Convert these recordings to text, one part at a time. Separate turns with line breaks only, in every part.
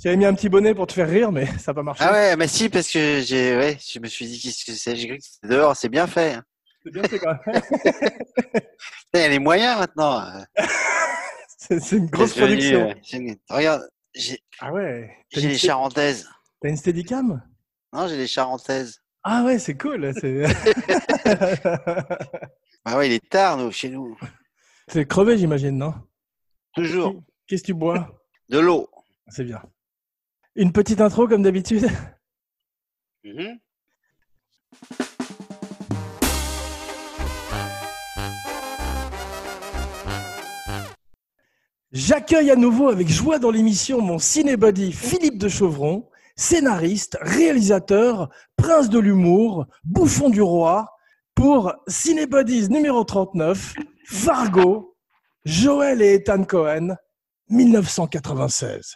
Tu avais mis un petit bonnet pour te faire rire, mais ça n'a pas marché.
Ah ouais, mais si, parce que j'ai, ouais, je me suis dit, qu'est-ce que c'est J'ai cru que c'était dehors, c'est bien fait. hein.
C'est bien fait quand même.
Putain, Il y a les moyens maintenant. euh,
C'est c'est une grosse
C'est devenu,
production.
euh, génial. Regarde, j'ai
Ah ouais. T'as
j'ai
une
les
ste-
charentaises.
T'as une steadicam
Non, j'ai les charentaises.
Ah ouais, c'est cool. C'est
Bah ouais, il est tard, nous, chez nous.
C'est crevé, j'imagine, non
Toujours.
Qu'est-ce que tu bois
De l'eau.
C'est bien. Une petite intro comme d'habitude.
Mhm.
J'accueille à nouveau avec joie dans l'émission mon cinébody Philippe de Chevron, scénariste, réalisateur, prince de l'humour, bouffon du roi, pour Cinébodies numéro 39, Fargo, Joël et Ethan Cohen, 1996.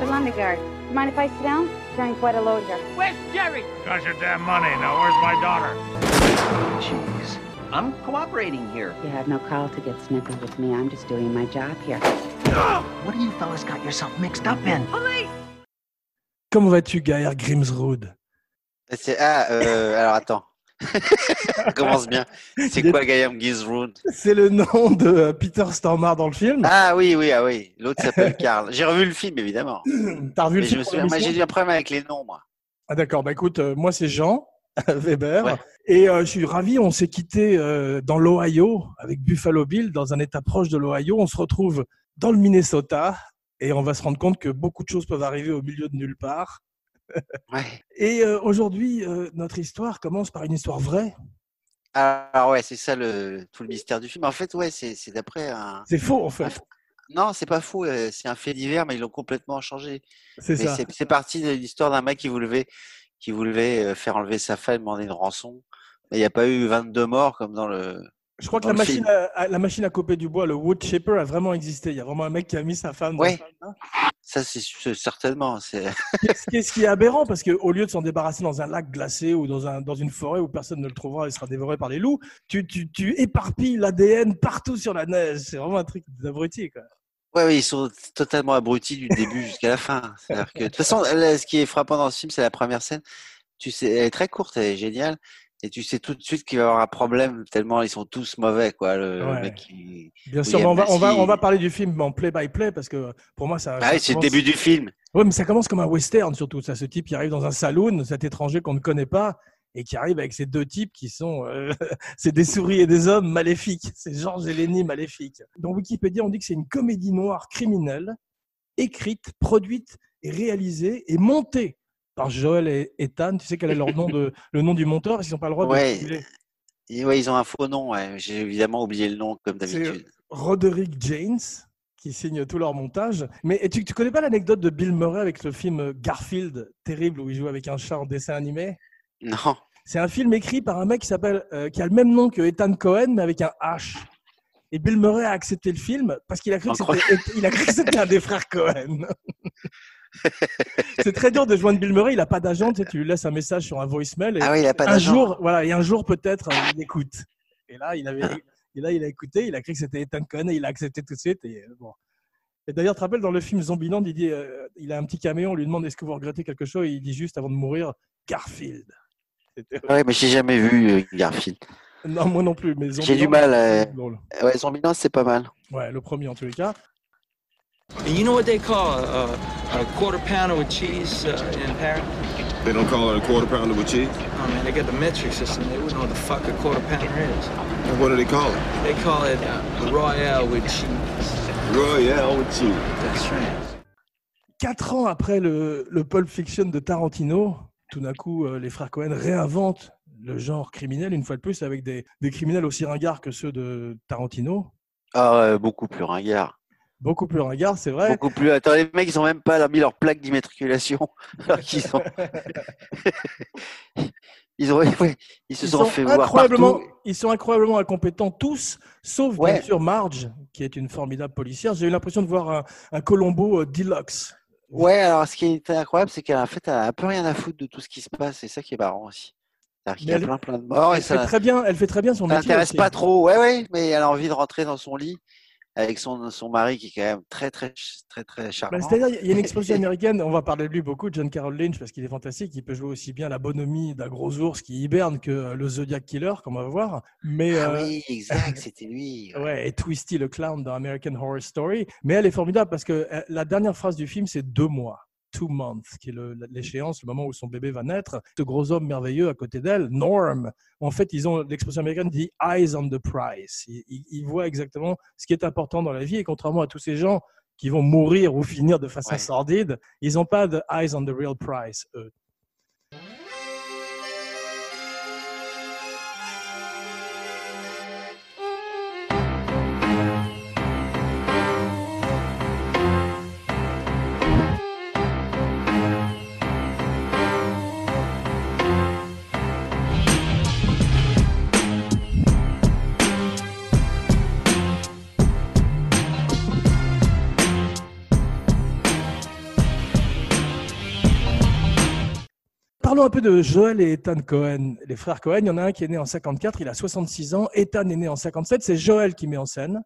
Mr. Lundegaard, you mind if I sit down? Carrying quite a load here.
Where's Jerry?
Got your damn money. Now where's my daughter?
Jeez. I'm cooperating here.
You have no call to get snippy with me. I'm just doing my job here.
What do you fellas got yourself mixed up in?
Comment vas-tu, Gaillard Grimsrud
C'est- Ah, euh, alors attends. Ça commence bien. C'est quoi Guillaume Gizroud
C'est le nom de euh, Peter Stormare dans le film.
Ah oui, oui, ah oui. L'autre s'appelle Karl. J'ai revu le film, évidemment.
T'as revu
Mais
le
je me
film
souviens,
pour
moi, j'ai
l'émission
eu un problème avec les noms, moi.
Ah d'accord, bah écoute, euh, moi c'est Jean Weber
Ouais.
et euh, je suis ravi, on s'est quitté euh, dans l'Ohio avec Buffalo Bill, dans un état proche de l'Ohio. On se retrouve dans le Minnesota et on va se rendre compte que beaucoup de choses peuvent arriver au milieu de nulle part.
Ouais.
Et euh, aujourd'hui, euh, notre histoire commence par une histoire vraie.
Alors ouais, c'est ça le, tout le mystère du film. En fait, ouais, c'est c'est d'après un.
C'est faux en
Ah,
fait,
Non, c'est pas fou. euh, C'est un fait divers, mais ils l'ont complètement changé.
c'est
Mais
ça.
C'est c'est parti de l'histoire d'un mec qui voulait, qui voulait euh, faire enlever sa femme, demander une rançon. Mais il n'y a pas eu 22 morts comme dans le.
Je crois que
dans
la
le
machine,
film.
à, à- la machine à couper du bois, le wood chipper, a vraiment existé. Il y a vraiment un mec qui a mis sa femme. dans
Ouais.
le jardin.
Ça, c'est c'est- certainement. C'est
Ce qui est, ce qui est aberrant, parce qu'au lieu de s'en débarrasser dans un lac glacé ou dans, un, dans une forêt où personne ne le trouvera et sera dévoré par les loups, tu, tu, tu éparpilles l'ADN partout sur la neige. C'est vraiment un truc d'abruti. quoi.
Ouais, ouais, ils sont totalement abrutis du début jusqu'à la fin. C'est-à-dire que, de toute façon, là, ce qui est frappant dans ce film, c'est la première scène. Tu sais, elle est très courte, elle est géniale, et tu sais tout de suite qu'il va y avoir un problème tellement ils sont tous mauvais, quoi. Le, le
Ouais.
mec qui...
Bien
Oui,
sûr, mais on va, on, va,
merci.
on va parler du film en play-by-play, parce que pour moi, ça.
Ah
ça
oui, c'est le
commence-
début du film.
Ouais, mais ça commence comme un western surtout. Ça, ce type qui arrive dans un saloon, cet étranger qu'on ne connaît pas, et qui arrive avec ces deux types qui sont, euh, c'est des souris et des hommes maléfiques. C'est Georges Eleni maléfique. Dans Wikipédia, on dit que c'est une comédie noire criminelle, écrite, produite et réalisée et montée par Joel et Ethan. Tu sais quel est leur nom de, le nom du monteur parce qu'ils n'ont pas le droit
Ouais.
de stipuler.
Et ouais, ils ont un faux nom. ouais. J'ai évidemment oublié le nom, comme
euh,
d'habitude.
Roderick James qui signe tout leur montage. Mais et tu, tu connais pas l'anecdote de Bill Murray avec le film Garfield, terrible, où il joue avec un chat en dessin animé
Non.
C'est un film écrit par un mec qui s'appelle euh, qui a le même nom que Ethan Cohen mais avec un H. Et Bill Murray a accepté le film parce qu'il a cru que
Incroyable.
c'était il a cru que c'était un des frères Cohen. c'est très dur de joindre Bill Murray, il a pas d'agent, tu, sais, tu lui laisses un message sur un voicemail et
Ah oui, il a pas
un
d'agent.
jour voilà, et un jour peut-être euh, il écoute. Et là il
Ah.
avait et là il a écouté, il a cru que c'était Ethan Cohen et il a accepté tout de suite et euh, bon. Et d'ailleurs, tu te rappelles dans le film Zombieland, il dit euh, il a un petit caméo, on lui demande est-ce que vous regrettez quelque chose et il dit juste avant de mourir Garfield. C'était-
Ouais, mais j'ai jamais vu euh, Garfield.
non, moi non plus. Mais
J'ai
Zombieland,
du mal, euh,
c'est drôle.
Ouais, Zombieland, c'est pas mal.
Ouais, le premier en tous les cas.
You know what they call a, a, a quarter pounder with cheese uh, in Paris?
They don't call it a quarter pounder with cheese.
Oh man, they got the metric system. They wouldn't know what the fuck a quarter pounder is.
What do they call it?
They call it a royale with cheese.
Royale with cheese.
That's right.
Quatre ans après le, le Pulp Fiction de Tarantino, tout d'un coup, euh, les frères Cohen réinventent le genre criminel, une fois de plus, avec des, des criminels aussi ringards que ceux de Tarantino.
Ah, ouais, beaucoup plus ringard.
Beaucoup plus ringards, c'est vrai.
Beaucoup plus. Attends, les mecs, ils ont même pas mis leur plaque d'immatriculation. Alors qu'ils ont. ils, ont... ouais, ils se sont, fait voir
incroyablement,
partout.
ils sont incroyablement incompétents tous, sauf bien
Ouais.
sûr Marge, qui est une formidable policière. J'ai eu l'impression de voir un, un Colombo euh, deluxe.
Ouais, alors ce qui est incroyable, c'est qu'en fait, elle a un peu rien à foutre de tout ce qui se passe. C'est ça qui est marrant aussi. C'est-à-dire qu'il y a
Mais elle-
plein, plein de morts et
elle, fait
Bah ça
très bien, elle fait très bien son
ça
métier.
l'intéresse
aussi. hein.
pas trop. Ouais, ouais, mais elle a envie de rentrer dans son lit avec son, son mari qui est quand même très, très, ch- très, très charmant.
Bah, C'est-à-dire, il y a une exposition américaine, on va parler de lui beaucoup, John Carroll Lynch, parce qu'il est fantastique, il peut jouer aussi bien la bonhomie d'un gros ours qui hiberne que euh, le Zodiac Killer, comme on va voir. Mais,
Ah
euh,
oui, exact, c'était lui.
Ouais, et Twisty le clown dans American Horror Story. Mais elle est formidable parce que euh, la dernière phrase du film, c'est deux mois. Two months, qui est le- l'échéance, le moment où son bébé va naître. Ce gros homme merveilleux à côté d'elle, Norm. En fait, ils ont l'expression américaine dit eyes on the prize. Ils, ils- ils voient exactement ce qui est important dans la vie. Et contrairement à tous ces gens qui vont mourir ou finir de façon
Ouais.
sordide, ils n'ont pas de eyes on the real prize, eux. Parlons un peu de Joel et Ethan Cohen, les frères Cohen. Il y en a un qui est né en 54, il a 66 ans. Ethan est né en 57. C'est Joel qui met en scène.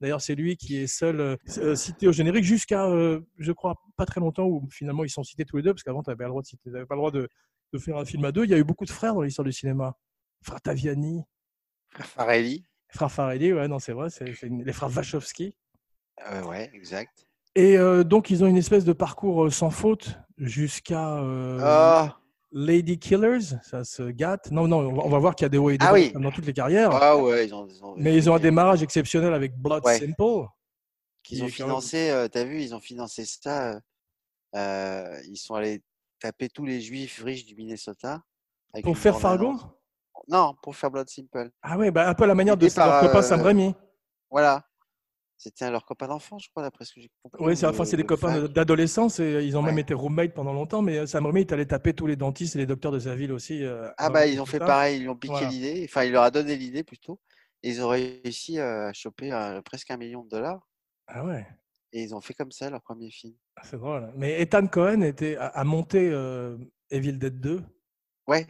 D'ailleurs, c'est lui qui est seul euh, euh, cité au générique jusqu'à, euh, je crois, pas très longtemps où finalement ils sont cités tous les deux, parce qu'avant, tu n'avais pas le droit, de, citer- t'avais pas le droit de, de faire un film à deux. Il y a eu beaucoup de frères dans l'histoire du cinéma. Frère Taviani,
Farelli.
frère Farelli, ouais, non, c'est vrai, c'est c'est une- les frères Wachowski.
Euh, ouais, exact.
Et euh, donc, ils ont une espèce de parcours euh, sans faute jusqu'à. euh,
Oh,
Lady Killers, ça se gâte. Non, non, on va, on va voir qu'il y a des hauts et des
Ah
bas
oui.
comme dans toutes les carrières.
ah ouais, ils ont, ils ont-
mais ils ont un démarrage exceptionnel avec Blood
Ouais.
Simple. qui
Ils ont
est quand même-
financé, euh, t'as vu, ils ont financé ça. euh, euh, ils sont allés taper tous les juifs riches du Minnesota. avec
Pour
une
faire
bande
Fargo
annonce. Non, pour faire Blood Simple.
Ah ouais, bah, un peu à la manière de
Aidé par,
leur copain
euh,
Sam Raimi.
Voilà. C'était leur copain d'enfance, je crois, d'après ce que j'ai compris.
Oui, c'est
ou
enfin,
de-
c'est des
de
copains
fac.
de- d'adolescence et ils ont même
Ouais.
été roommates pendant longtemps. Mais euh, Sam Raimi est allé taper tous les dentistes et les docteurs de sa ville aussi. euh,
Ah
dans
bah
le
ils ont fait
Minnesota.
pareil, ils lui ont piqué
Voilà.
l'idée, enfin il leur a donné l'idée plutôt, et ils ont réussi euh, à choper euh, presque un million de dollars,
Ah ouais.
et ils ont fait comme ça leur premier film.
Ah, C'est drôle. Mais Ethan Cohen était, a, a monté euh, Evil Dead 2
Ouais,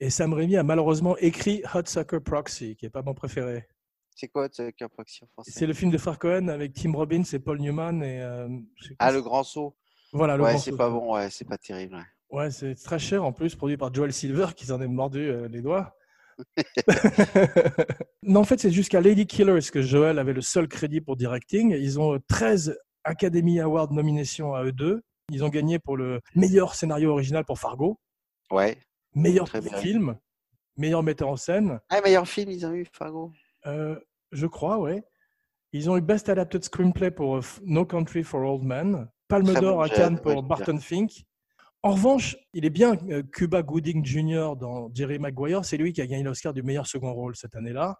et Sam Raimi a malheureusement écrit Hot Sucker Proxy, qui est pas mon préféré.
c'est quoi Tucker Proxy en français
C'est le film de Far Cohen avec Tim Robbins et Paul Newman et euh, je sais
Ah
plus-
le grand saut,
voilà Ah, le
ouais
grand
c'est
saut.
pas bon, ouais c'est pas terrible. ouais.
Ouais, c'est très cher en plus, produit par Joel Silver qui s'en est mordu euh, les doigts. non, en fait, c'est jusqu'à Lady Killers que Joel avait le seul crédit pour directing. Ils ont euh, 13 Academy Award nominations à eux deux. Ils ont gagné pour le meilleur scénario original pour Fargo,
Ouais.
meilleur
Très bien.
film, meilleur metteur en scène.
Ah meilleur film ils ont eu Fargo.
Euh, je crois, ouais. Ils ont eu Best Adapted Screenplay pour euh, F- No Country for Old Men, Palme
Très
d'Or
bon
à
jeu,
Cannes
ouais,
pour
j'aime bien.
Barton Fink. En revanche, il est bien euh, Cuba Gooding Jr. dans Jerry Maguire. C'est lui qui a gagné l'Oscar du meilleur second rôle cette année-là.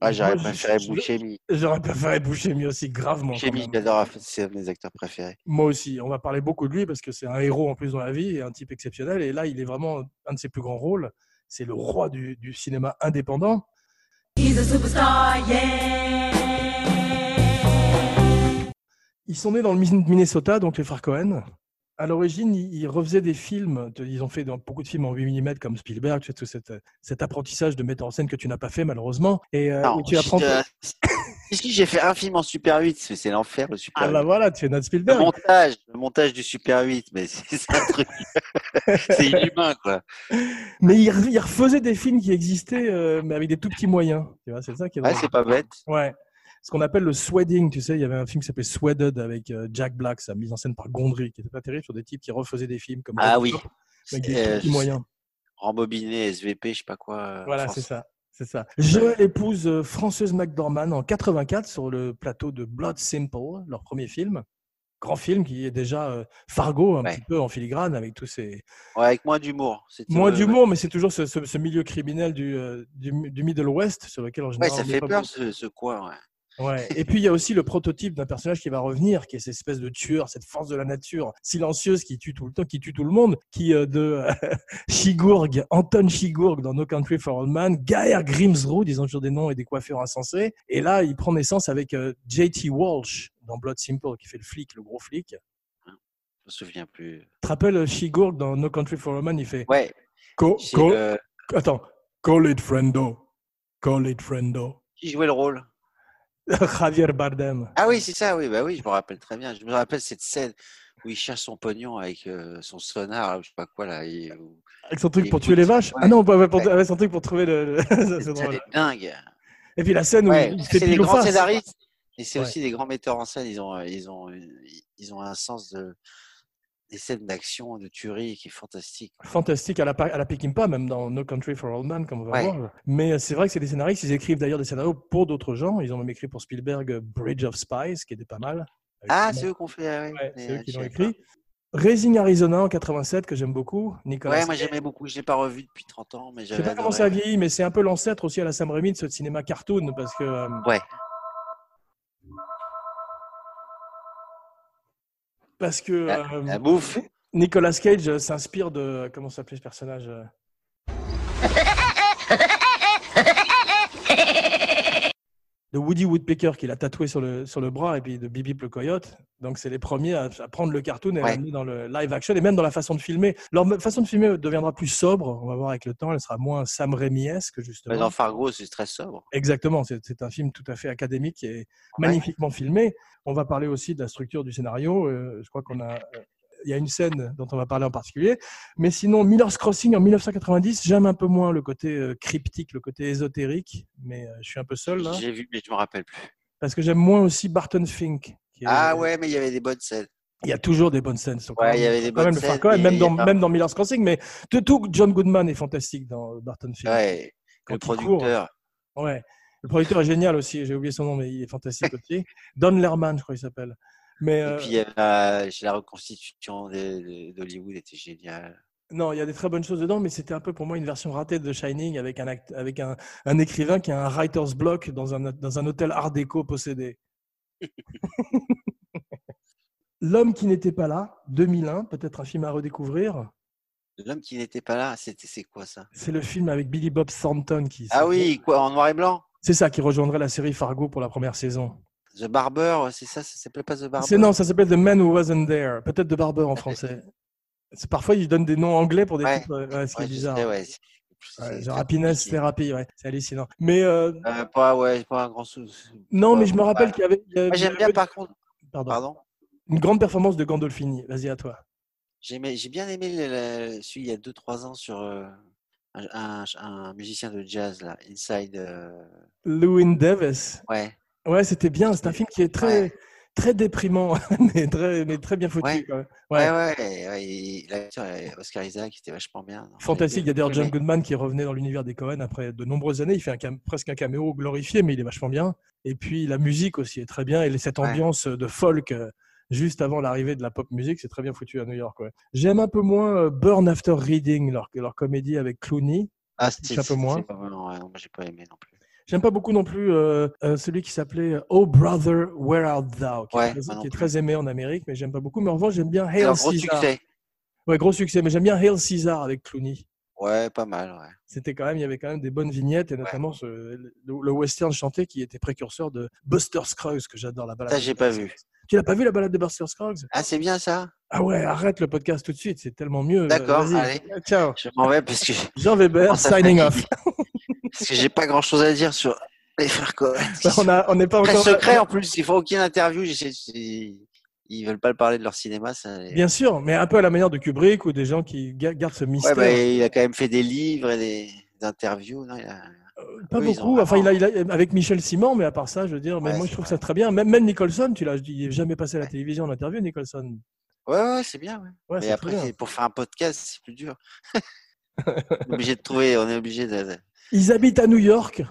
Ah j'aurais
Moi, je-
préféré
je-
Buscemi.
J'aurais préféré Buscemi aussi gravement. quand
Buscemi
même.
j'adore, c'est un de mes acteurs préférés.
Moi aussi. On va parler beaucoup de lui parce que c'est un héros en plus dans la vie et un type exceptionnel. Et là, il est vraiment un de ses plus grands rôles. C'est le roi du- du cinéma indépendant.
He's a superstar, yeah.
Ils sont nés dans le Min- Minnesota, donc les frères Cohen. À l'origine, ils ils refaisaient des films. de- Ils ont fait dans- beaucoup de films en 8 mm comme Spielberg, tu sais, tout cet, euh, cet apprentissage de metteur en scène que tu n'as pas fait malheureusement. Et euh,
Non,
où tu apprends.
je- Si, si, j'ai fait un film en Super 8, c'est c'est l'enfer le Super
Ah
8.
bah voilà, tu es notre
Le
Spielberg.
montage, le montage du Super 8, mais c'est c'est un truc, c'est inhumain quoi.
Mais ils, re- ils refaisaient des films qui existaient, euh, mais avec des tout petits moyens. Tu vois, c'est ça qui est
Ouais,
drôle.
c'est pas bête.
Ouais. Ce qu'on appelle le sweating, tu sais, il y avait un film qui s'appelait Sweated avec euh, Jack Black, sa mise en scène par Gondry, qui était pas terrible sur des types qui refaisaient des films comme
Ah
Robocop,
oui.
mais avec des
C'est,
tout
euh,
petits moyens.
rembobiné, SVP, je sais pas quoi. euh,
Voilà,
France.
c'est ça. C'est ça. Joël épouse euh, Frances McDormand en 84 sur le plateau de Blood Simple, leur premier film. Grand film qui est déjà euh, Fargo un
Ouais.
petit peu en filigrane avec tous ces
Ouais, avec moins d'humour. euh, C'était
moins
le-
d'humour, mais c'est toujours ce, ce- ce milieu criminel du, euh, du, du Middle West sur lequel en
Ouais,
général.
ça
on n'est
fait
pas
peur
beaucoup.
ce, ce coin. ouais.
Ouais. Et puis il y a aussi le prototype d'un personnage qui va revenir, qui est cette espèce de tueur, cette force de la nature silencieuse qui tue tout le temps, qui tue tout le monde, qui euh, de Chigourg, Anton Chigourg dans No Country for Old Men, Gaia Grimsrud, ils ont toujours des noms et des coiffures insensées. Et là, il prend naissance avec euh, J.T. Walsh dans Blood Simple, qui fait le flic, le gros flic. Tu
Je me souviens plus.
te rappelles euh, Chigourg dans No Country for Old Men, il fait
Ouais.
co
c'est
co
le-
Attends, call it friendo. Call it friendo.
Qui jouait le rôle
Javier Bardem.
Ah oui, c'est ça, oui, bah oui, je me rappelle très bien. Je me rappelle cette scène où il cherche son pognon avec euh, son sonar, là, ou je sais pas quoi, là. et- ou-
Avec son truc
Et
pour
écoute,
tuer les vaches.
ouais.
Ah non, pas- pas pour,
Ouais.
avec son truc pour trouver le. le- ça, c'est
Cette scène
drôle.
est dingue.
Et puis la scène où
Ouais,
il fait
c'est des
pile ou
grands
face.
scénaristes et c'est
Ouais.
aussi des grands metteurs en scène. Ils ont, euh, ils ont, ils ont un sens de des scènes d'action, de tuerie qui est fantastique.
Fantastique à la, pa- à la Peckinpah, même dans No Country for Old Men, comme on va
Ouais.
voir. Mais euh, c'est vrai que c'est des scénaristes, ils écrivent d'ailleurs des scénarios pour d'autres gens. Ils ont même écrit pour Spielberg euh, Bridge of Spies, qui était pas mal. Euh, Avec
Ah,
Simon-
c'est eux qu'on fait. ouais,
Ouais,
mais,
c'est eux
euh,
qui
je
l'ont
savais pas.
écrit. Raising Arizona en 87, que j'aime beaucoup. Nicolas
Ouais, moi
Cage.
j'aimais beaucoup. Je l'ai pas revu depuis 30 ans, mais
Je
j'avais.
sais pas comment
adoré.
ça vieillit, mais c'est un peu l'ancêtre aussi à la Sam Raimi de ce cinéma cartoon, parce que euh,
Ouais.
parce que
La-
euh,
La bouffe.
Nicolas Cage euh, s'inspire de comment s'appelait ce personnage euh, de Woody Woodpecker qu'il a tatoué sur le, sur le bras et puis de Bibip le coyote. Donc c'est les premiers à, à prendre le cartoon et à
Ouais.
l'amener dans le live action et même dans la façon de filmer. Leur ma- façon de filmer deviendra plus sobre, on va voir avec le temps, elle sera moins Sam Raimi-esque
Mais
justement.
bah, dans Fargo, c'est très sobre.
Exactement, c'est c'est un film tout à fait académique et magnifiquement filmé. On va parler aussi de la structure du scénario. euh, je crois qu'on a. euh, Il y a une scène dont on va parler en particulier. Mais sinon, Miller's Crossing en 1990, j'aime un peu moins le côté euh, cryptique, le côté ésotérique, mais euh, je suis un peu seul là.
J'ai vu, mais je me rappelle plus.
Parce que j'aime moins aussi Barton Fink. qui est-
Ah ouais, mais il y avait des bonnes scènes.
Il y a toujours des bonnes scènes.
Ouais, il y avait des
quand même,
bonnes
le faire
scènes.
quand même,
et
même,
il y
dans,
a-
même dans Miller's Crossing, mais tout, tout John Goodman est fantastique dans euh, Barton Fink.
Ouais.
Quand
Le
il court.
producteur.
Ouais. Le producteur est génial aussi. J'ai oublié son nom, mais il est fantastique aussi. Don Lerman, je crois qu'il s'appelle. Mais
Et
euh,
puis il y avait, euh, la reconstitution des- des- d'Hollywood était géniale.
non, il y a des très bonnes choses dedans, mais c'était un peu pour moi une version ratée de The Shining avec un, act- avec un, un écrivain qui a un writer's block dans un, dans un hôtel art déco possédé. L'homme qui n'était pas là, 2001, peut-être un film à redécouvrir.
L'homme qui n'était pas là, c'était c'est quoi ça
C'est le film avec Billy Bob Thornton qui.
Ah oui, quoi, en noir et blanc
C'est ça qui rejoindrait la série Fargo pour la première saison.
The Barber, c'est ça, ça s'appelait pas The Barber.
C'est non, ça s'appelle The Man Who Wasn't There. Peut-être The Barber en français. C'est parfois ils donnent des noms anglais pour des
Ouais.
titres, euh, ouais, ce qui
Ouais,
est
je
bizarre.
sais, ouais, c'est-
Ouais,
c'est
genre
très
Happiness
compliqué.
Therapy, ouais, c'est hallucinant. Mais euh,
Euh, pas, ouais, pas un grand souci.
non,
ouais,
mais je me
ouais.
rappelle Ah qu'il y avait, il y avait-
Moi, j'aime bien, par contre,
pardon,
pardon,
une grande performance de Gandolfini. Vas-y à toi.
j'aimais- j'ai bien aimé le- le- celui il y a 2-3 ans sur euh, un, un- un musicien de jazz, là, Inside. euh,
Lewin Davis.
ouais,
Ouais, c'était bien. C'est un film qui est très
Ouais.
très déprimant, mais très mais très bien foutu.
Ouais.
quand même.
ouais, ouais, ouais, et l'acteur euh, Oscar Isaac était vachement bien.
Fantastique. Il y a d'ailleurs John
Jungle.
Goodman qui revenait dans l'univers des Cohen après de nombreuses années. Il fait un cam- presque un caméo glorifié, mais il est vachement bien. Et puis la musique aussi est très bien. Et cette
Ouais.
ambiance de folk euh, juste avant l'arrivée de la pop music, c'est très bien foutu à New York. ouais. J'aime un peu moins euh, Burn After Reading, leur, leur comédie avec Clooney.
Ah,
c'est
c'est
un peu moins.
c'est pas mal, ouais, non, moi, j'ai pas aimé non plus.
J'aime pas beaucoup non plus euh, euh, celui qui s'appelait euh, Oh Brother, Where Art Thou, qui,
Ouais,
est,
moi
très,
non
qui est
plus.
très aimé en Amérique, mais j'aime pas beaucoup. Mais en revanche, j'aime bien
C'est un
Hail
gros
Caesar.
succès.
Ouais, gros succès, mais j'aime bien Hail Caesar avec Clooney.
Ouais, pas mal, ouais.
c'était quand même, il y avait quand même des bonnes vignettes, et notamment ce- le, le western chanté qui était précurseur de Buster Scruggs, que j'adore la balade.
Ça,
de
j'ai
Buster
pas vu.
Scruggs. Tu l'as pas vu la balade de Buster Scruggs
Ah, c'est bien ça
Ah ouais, arrête le podcast tout de suite, c'est tellement mieux. euh,
D'accord,
Vas-y.
allez.
Ciao.
Je m'en vais parce que,
Jean Weber,
Oh, ça
signing off.
fatigue. parce que j'ai pas grand chose à dire sur les frères Cohen.
Bah, On a- on n'est pas
Très
encore.
secret en plus, ils font aucune interview. j'ai- j'ai- Ils veulent pas le parler de leur cinéma. Ça...
Bien sûr, mais un peu à la manière de Kubrick ou des gens qui ga- gardent ce
Ouais,
mystère.
bah, il a quand même fait des livres et des, des interviews. Non, il a-
Euh, Pas
eux, ils
beaucoup.
ont
Enfin, il a, il a- avec Michel Simon, mais à part ça, je veux dire, mais
Ouais,
moi je
c'est
trouve
vrai.
ça très bien. Même, même Nicholson, tu l'as, il est jamais passé à la télévision en interview, Nicholson.
Ouais, ouais, c'est bien. ouais.
Ouais,
Mais
Ah, c'est très
après,
bien.
c'est- pour faire un podcast, c'est plus dur. on est obligé de trouver, on est obligé de. de-
Ils habitent à New York.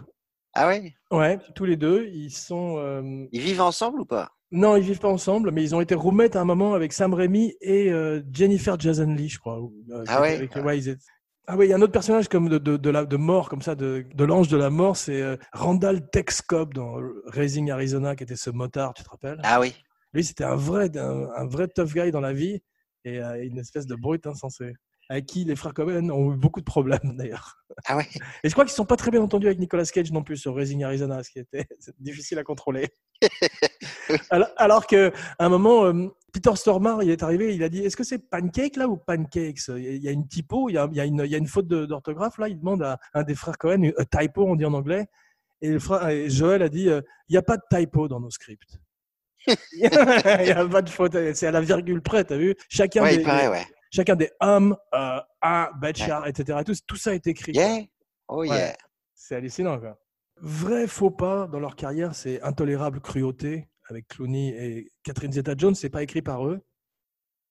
Ah ouais
Ouais, tous les deux, ils sont. euh,
Ils vivent ensemble ou pas
Non, ils vivent pas ensemble, mais ils ont été roommates à un moment avec Sam Raimi et euh, Jennifer Jason Lee, je crois. ou, euh,
Ah ouais
avec- ils étaient- Ah oui, il y a un autre personnage comme de, de, de la, de mort, comme ça, de, de l'ange de la mort, c'est euh, Randall Tex Cobb dans Raising Arizona, qui était ce motard, tu te rappelles
Ah oui.
Lui, c'était un vrai, un, un vrai tough guy dans la vie et euh, une espèce de brute insensée, à qui les frères Cohen ont eu beaucoup de problèmes d'ailleurs.
Ah ouais
Et je crois qu'ils sont pas très bien entendus avec Nicolas Cage non plus sur Raising Arizona, ce qui était c'est difficile à contrôler. Alors, alors que à un moment, euh, Peter Stormare, il est arrivé, il a dit Est-ce que c'est pancake là ou pancakes Il y a- il y a une typo, il y a, il y a une, il y a une faute de- d'orthographe là. Il demande à un des frères Cohen a typo, on dit en anglais. Et, le frère, et Joël a dit euh, Il n'y a pas de typo dans nos scripts. il n'y a pas de faute, c'est à la virgule près, t'as vu Chacun
Ouais,
des,
il paraît, ouais.
chacun des hommes, euh, un, Bachar, etc. Tout, tout ça est écrit.
Yeah. Oh
Ouais.
yeah.
C'est hallucinant, quoi. Vrai faux pas dans leur carrière, c'est Intolérable cruauté avec Clooney et Catherine Zeta-Jones. C'est pas écrit par eux.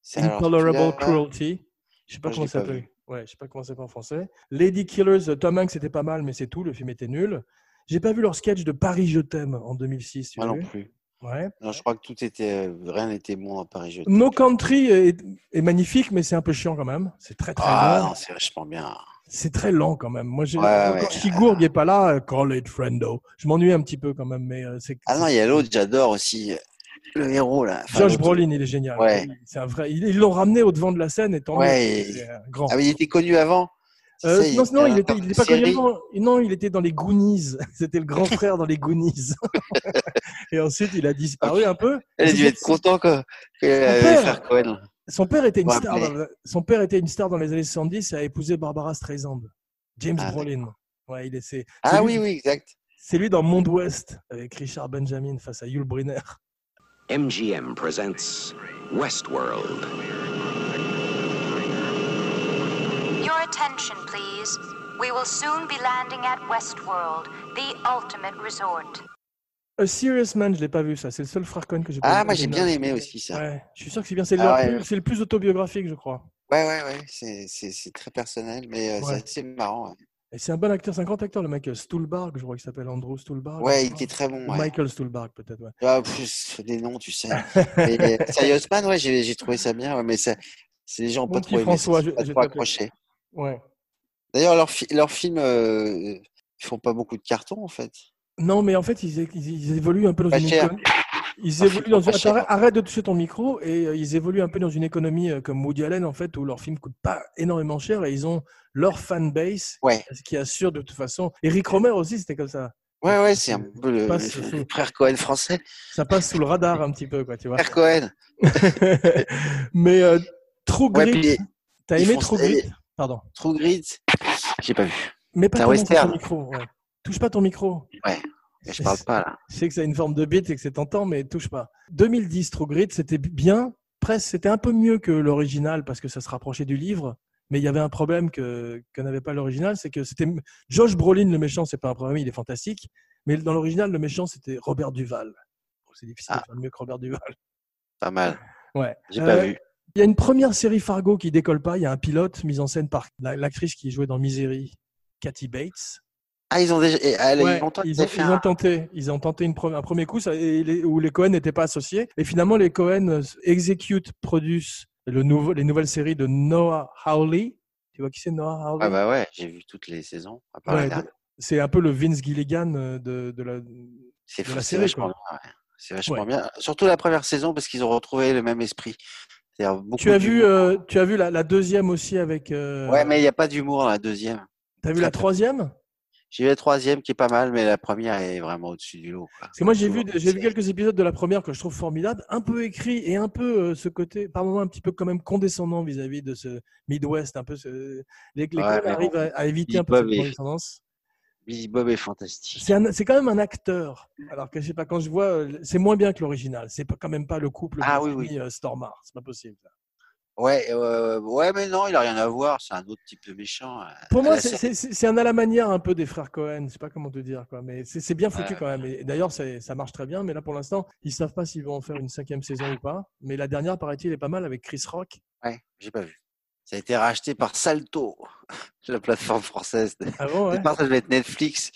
C'est- alors, celui-là,
Intolerable cruelty. Je sais pas
Moi, je
comment
l'ai
ça
pas vu.
s'appelle. Ouais, je sais pas comment ça s'appelle en français. Lady Killers, euh, Tom Hanks c'était pas mal, mais c'est tout. Le film était nul. J'ai pas vu leur sketch de Paris je t'aime en 2006. tu
Moi
l'as
Ah non
vu
plus.
Ouais.
Non, je crois que tout était, euh, rien n'était bon à Paris. Je t'aime.
No Country est, est magnifique, mais c'est un peu chiant quand même. C'est très très
Ah
lent.
non, c'est vachement bien. Ah
C'est très lent quand même. Moi, j'ai-
Ouais, ouais,
quand
ouais.
Chigourg n'est pas là, euh, call it friendo. Je m'ennuie un petit peu quand même, mais euh, c'est.
Ah non, il y a l'autre, j'adore aussi. euh, Le héros, là. Enfin,
Josh
l'autre.
Brolin, il est génial.
Ouais.
C'est un vrai. Ils ils l'ont ramené au devant de la scène, étant
Ouais.
euh, grand.
Ah, mais il était connu avant. C'est
Euh,
ça,
non, non, il était,
dans
il
une
était pas connu
série.
avant. Non, il était dans les Goonies. C'était le grand frère dans les Goonies. Et ensuite, il a disparu un peu.
Elle a dû être content, quoi. Que, euh,
père.
les frères Cohen.
Son père était une
Ouais,
star.
mais-
dans- Son père était une star dans les années 70 et a épousé Barbara Streisand. James
Ah,
Brolin. Ouais, il est. c'est- c'est
Ah
lui-
oui, oui, exact.
C'est lui dans Monde Ouest avec Richard Benjamin face à Yul Brynner.
MGM presents Westworld.
Your attention, please. We will soon be landing at Westworld, the ultimate resort.
A Serious Man, je l'ai pas vu ça. C'est le seul frère Cohen que j'ai pas vu.
Ah, moi, j'ai bien aimé aussi ça.
Ouais, je suis sûr que c'est bien. C'est
Ah
leur
ouais.
plus- c'est le plus autobiographique, je crois.
Ouais, ouais, ouais. C'est- C'est c'est très personnel, mais euh,
Ouais.
c'est assez marrant. Ouais,
Et c'est un bon acteur, c'est un grand acteur, le mec euh, Stuhlbarg, je crois qu'il s'appelle Andrew Stuhlbarg. je
Ouais, il
crois.
était très bon.
Ou
Ouais.
Michael Stuhlbarg, peut-être. ouais.
Ah, plus des noms, tu sais. Mais, euh, Serious Man, ouais, j'ai j'ai trouvé ça bien, ouais, mais ça, c'est les gens ont
Mon
pas
petit
trop aimé,
François,
François,
je-
pas
je
trop
t'appelle.
accroché.
Ouais.
D'ailleurs, leurs fi- leurs films, euh, ils font pas beaucoup de cartons en fait.
Non, mais en fait, ils, é- ils- ils évoluent un peu dans
Pas
une
cher.
économie. Ils
Un
évoluent
film
dans
pas
une...
cher.
Arrête, arrête de toucher ton micro et euh, ils évoluent un peu dans une économie euh, comme Woody Allen, en fait, où leurs films coûtent pas énormément cher et ils ont leur fanbase
Ouais,
ce qui assure de toute façon. Eric Romer aussi, c'était comme ça.
ouais, ouais, c'est un peu le,
Bah, Pas ce-
le frère Cohen français.
Ça passe sous le radar un petit peu, quoi, tu vois.
Frère Cohen.
mais euh, True
Ouais,
Grit,
puis
t'as
ils
aimé
font-
True Grit Pardon.
True Grit. J'ai pas vu.
Mais pas
C'est un
tellement sur ton
western.
micro. ouais. Touche pas ton micro.
Ouais, mais je parle pas là.
Je sais que ça a une forme de bite et que c'est tentant, mais touche pas. 2010, True Grit, c'était bien. Presque, c'était un peu mieux que l'original parce que ça se rapprochait du livre. Mais il y avait un problème que, que n'avait pas l'original, c'est que c'était Josh Brolin, le méchant, c'est pas un problème, il est fantastique. Mais dans l'original, le méchant, c'était Robert Duval. Bon, C'est difficile
Ah.
de faire mieux que Robert Duval.
Pas mal.
Ouais.
J'ai
Euh,
pas vu.
Il y a une première série Fargo qui décolle pas. Il y a un pilote mis en scène par la- l'actrice qui jouait dans Misery, Cathy Bates.
Ah, ils ont déjà. et Elle,
Ouais,
ils l'ont tenté
ils,
de
ont,
faire
ils ont
un-
tenté, ils ont tenté une pre- un premier coup ça- et les- où les Cohen n'étaient pas associés. Et finalement, les Cohen euh, execute, produisent le nouveau, les nouvelles séries de Noah Hawley. Tu vois qui c'est Noah Hawley
Ah bah ouais, j'ai vu toutes les saisons. à part
Ouais,
la dernière.
C'est un peu le Vince Gilligan euh, de, de la.
C'est
de la
fou, c'est
série,
vachement
quoi.
bien. ouais. C'est vachement
Ouais.
bien. Surtout la première saison parce qu'ils ont retrouvé le même esprit. C'est-à-dire beaucoup
Tu as
d'humour.
vu, euh, tu as vu la, la deuxième aussi avec. euh,
Ouais, mais il n'y a pas d'humour dans la deuxième.
T'as vu la
très peu.
troisième
J'ai vu la troisième qui est pas mal, mais la première est vraiment au-dessus du lot. quoi.
Parce que moi, j'ai vu,
Toujours.
j'ai vu quelques épisodes de la première que je trouve formidable, un peu écrit et un peu euh, ce côté, par moments un petit peu quand même condescendant vis-à-vis de ce Midwest, un peu ce, les, les
Ouais,
Coen
mais
arrivent
bon,
à, à éviter
ils
un peu cette
peuvent, ils-
condescendance.
Billy Bob est fantastique.
C'est un- c'est quand même un acteur. Alors que je sais pas, quand je vois, euh, c'est moins bien que l'original. C'est pas- quand même pas le couple
Ah
Brosnan
oui, oui.
et, euh, Stormare, c'est pas possible.
Ouais, euh, ouais, mais non, il a rien à voir. C'est un autre type de méchant. euh,
Pour moi,
la
c'est-
série.
c'est c'est- c'est un à la manière un peu des frères Cohen. Je sais pas comment te dire, quoi. Mais c'est c'est bien foutu
Ouais.
quand même. Et d'ailleurs, c'est- ça marche très bien. Mais là, pour l'instant, ils savent pas s'ils vont en faire une cinquième saison ou pas. Mais la dernière, paraît-il, est pas mal avec Chris Rock.
Ouais, j'ai pas vu. Ça a été racheté par Salto, la plateforme française. Au
Ah bon, ouais.
départ, ça devait être Netflix.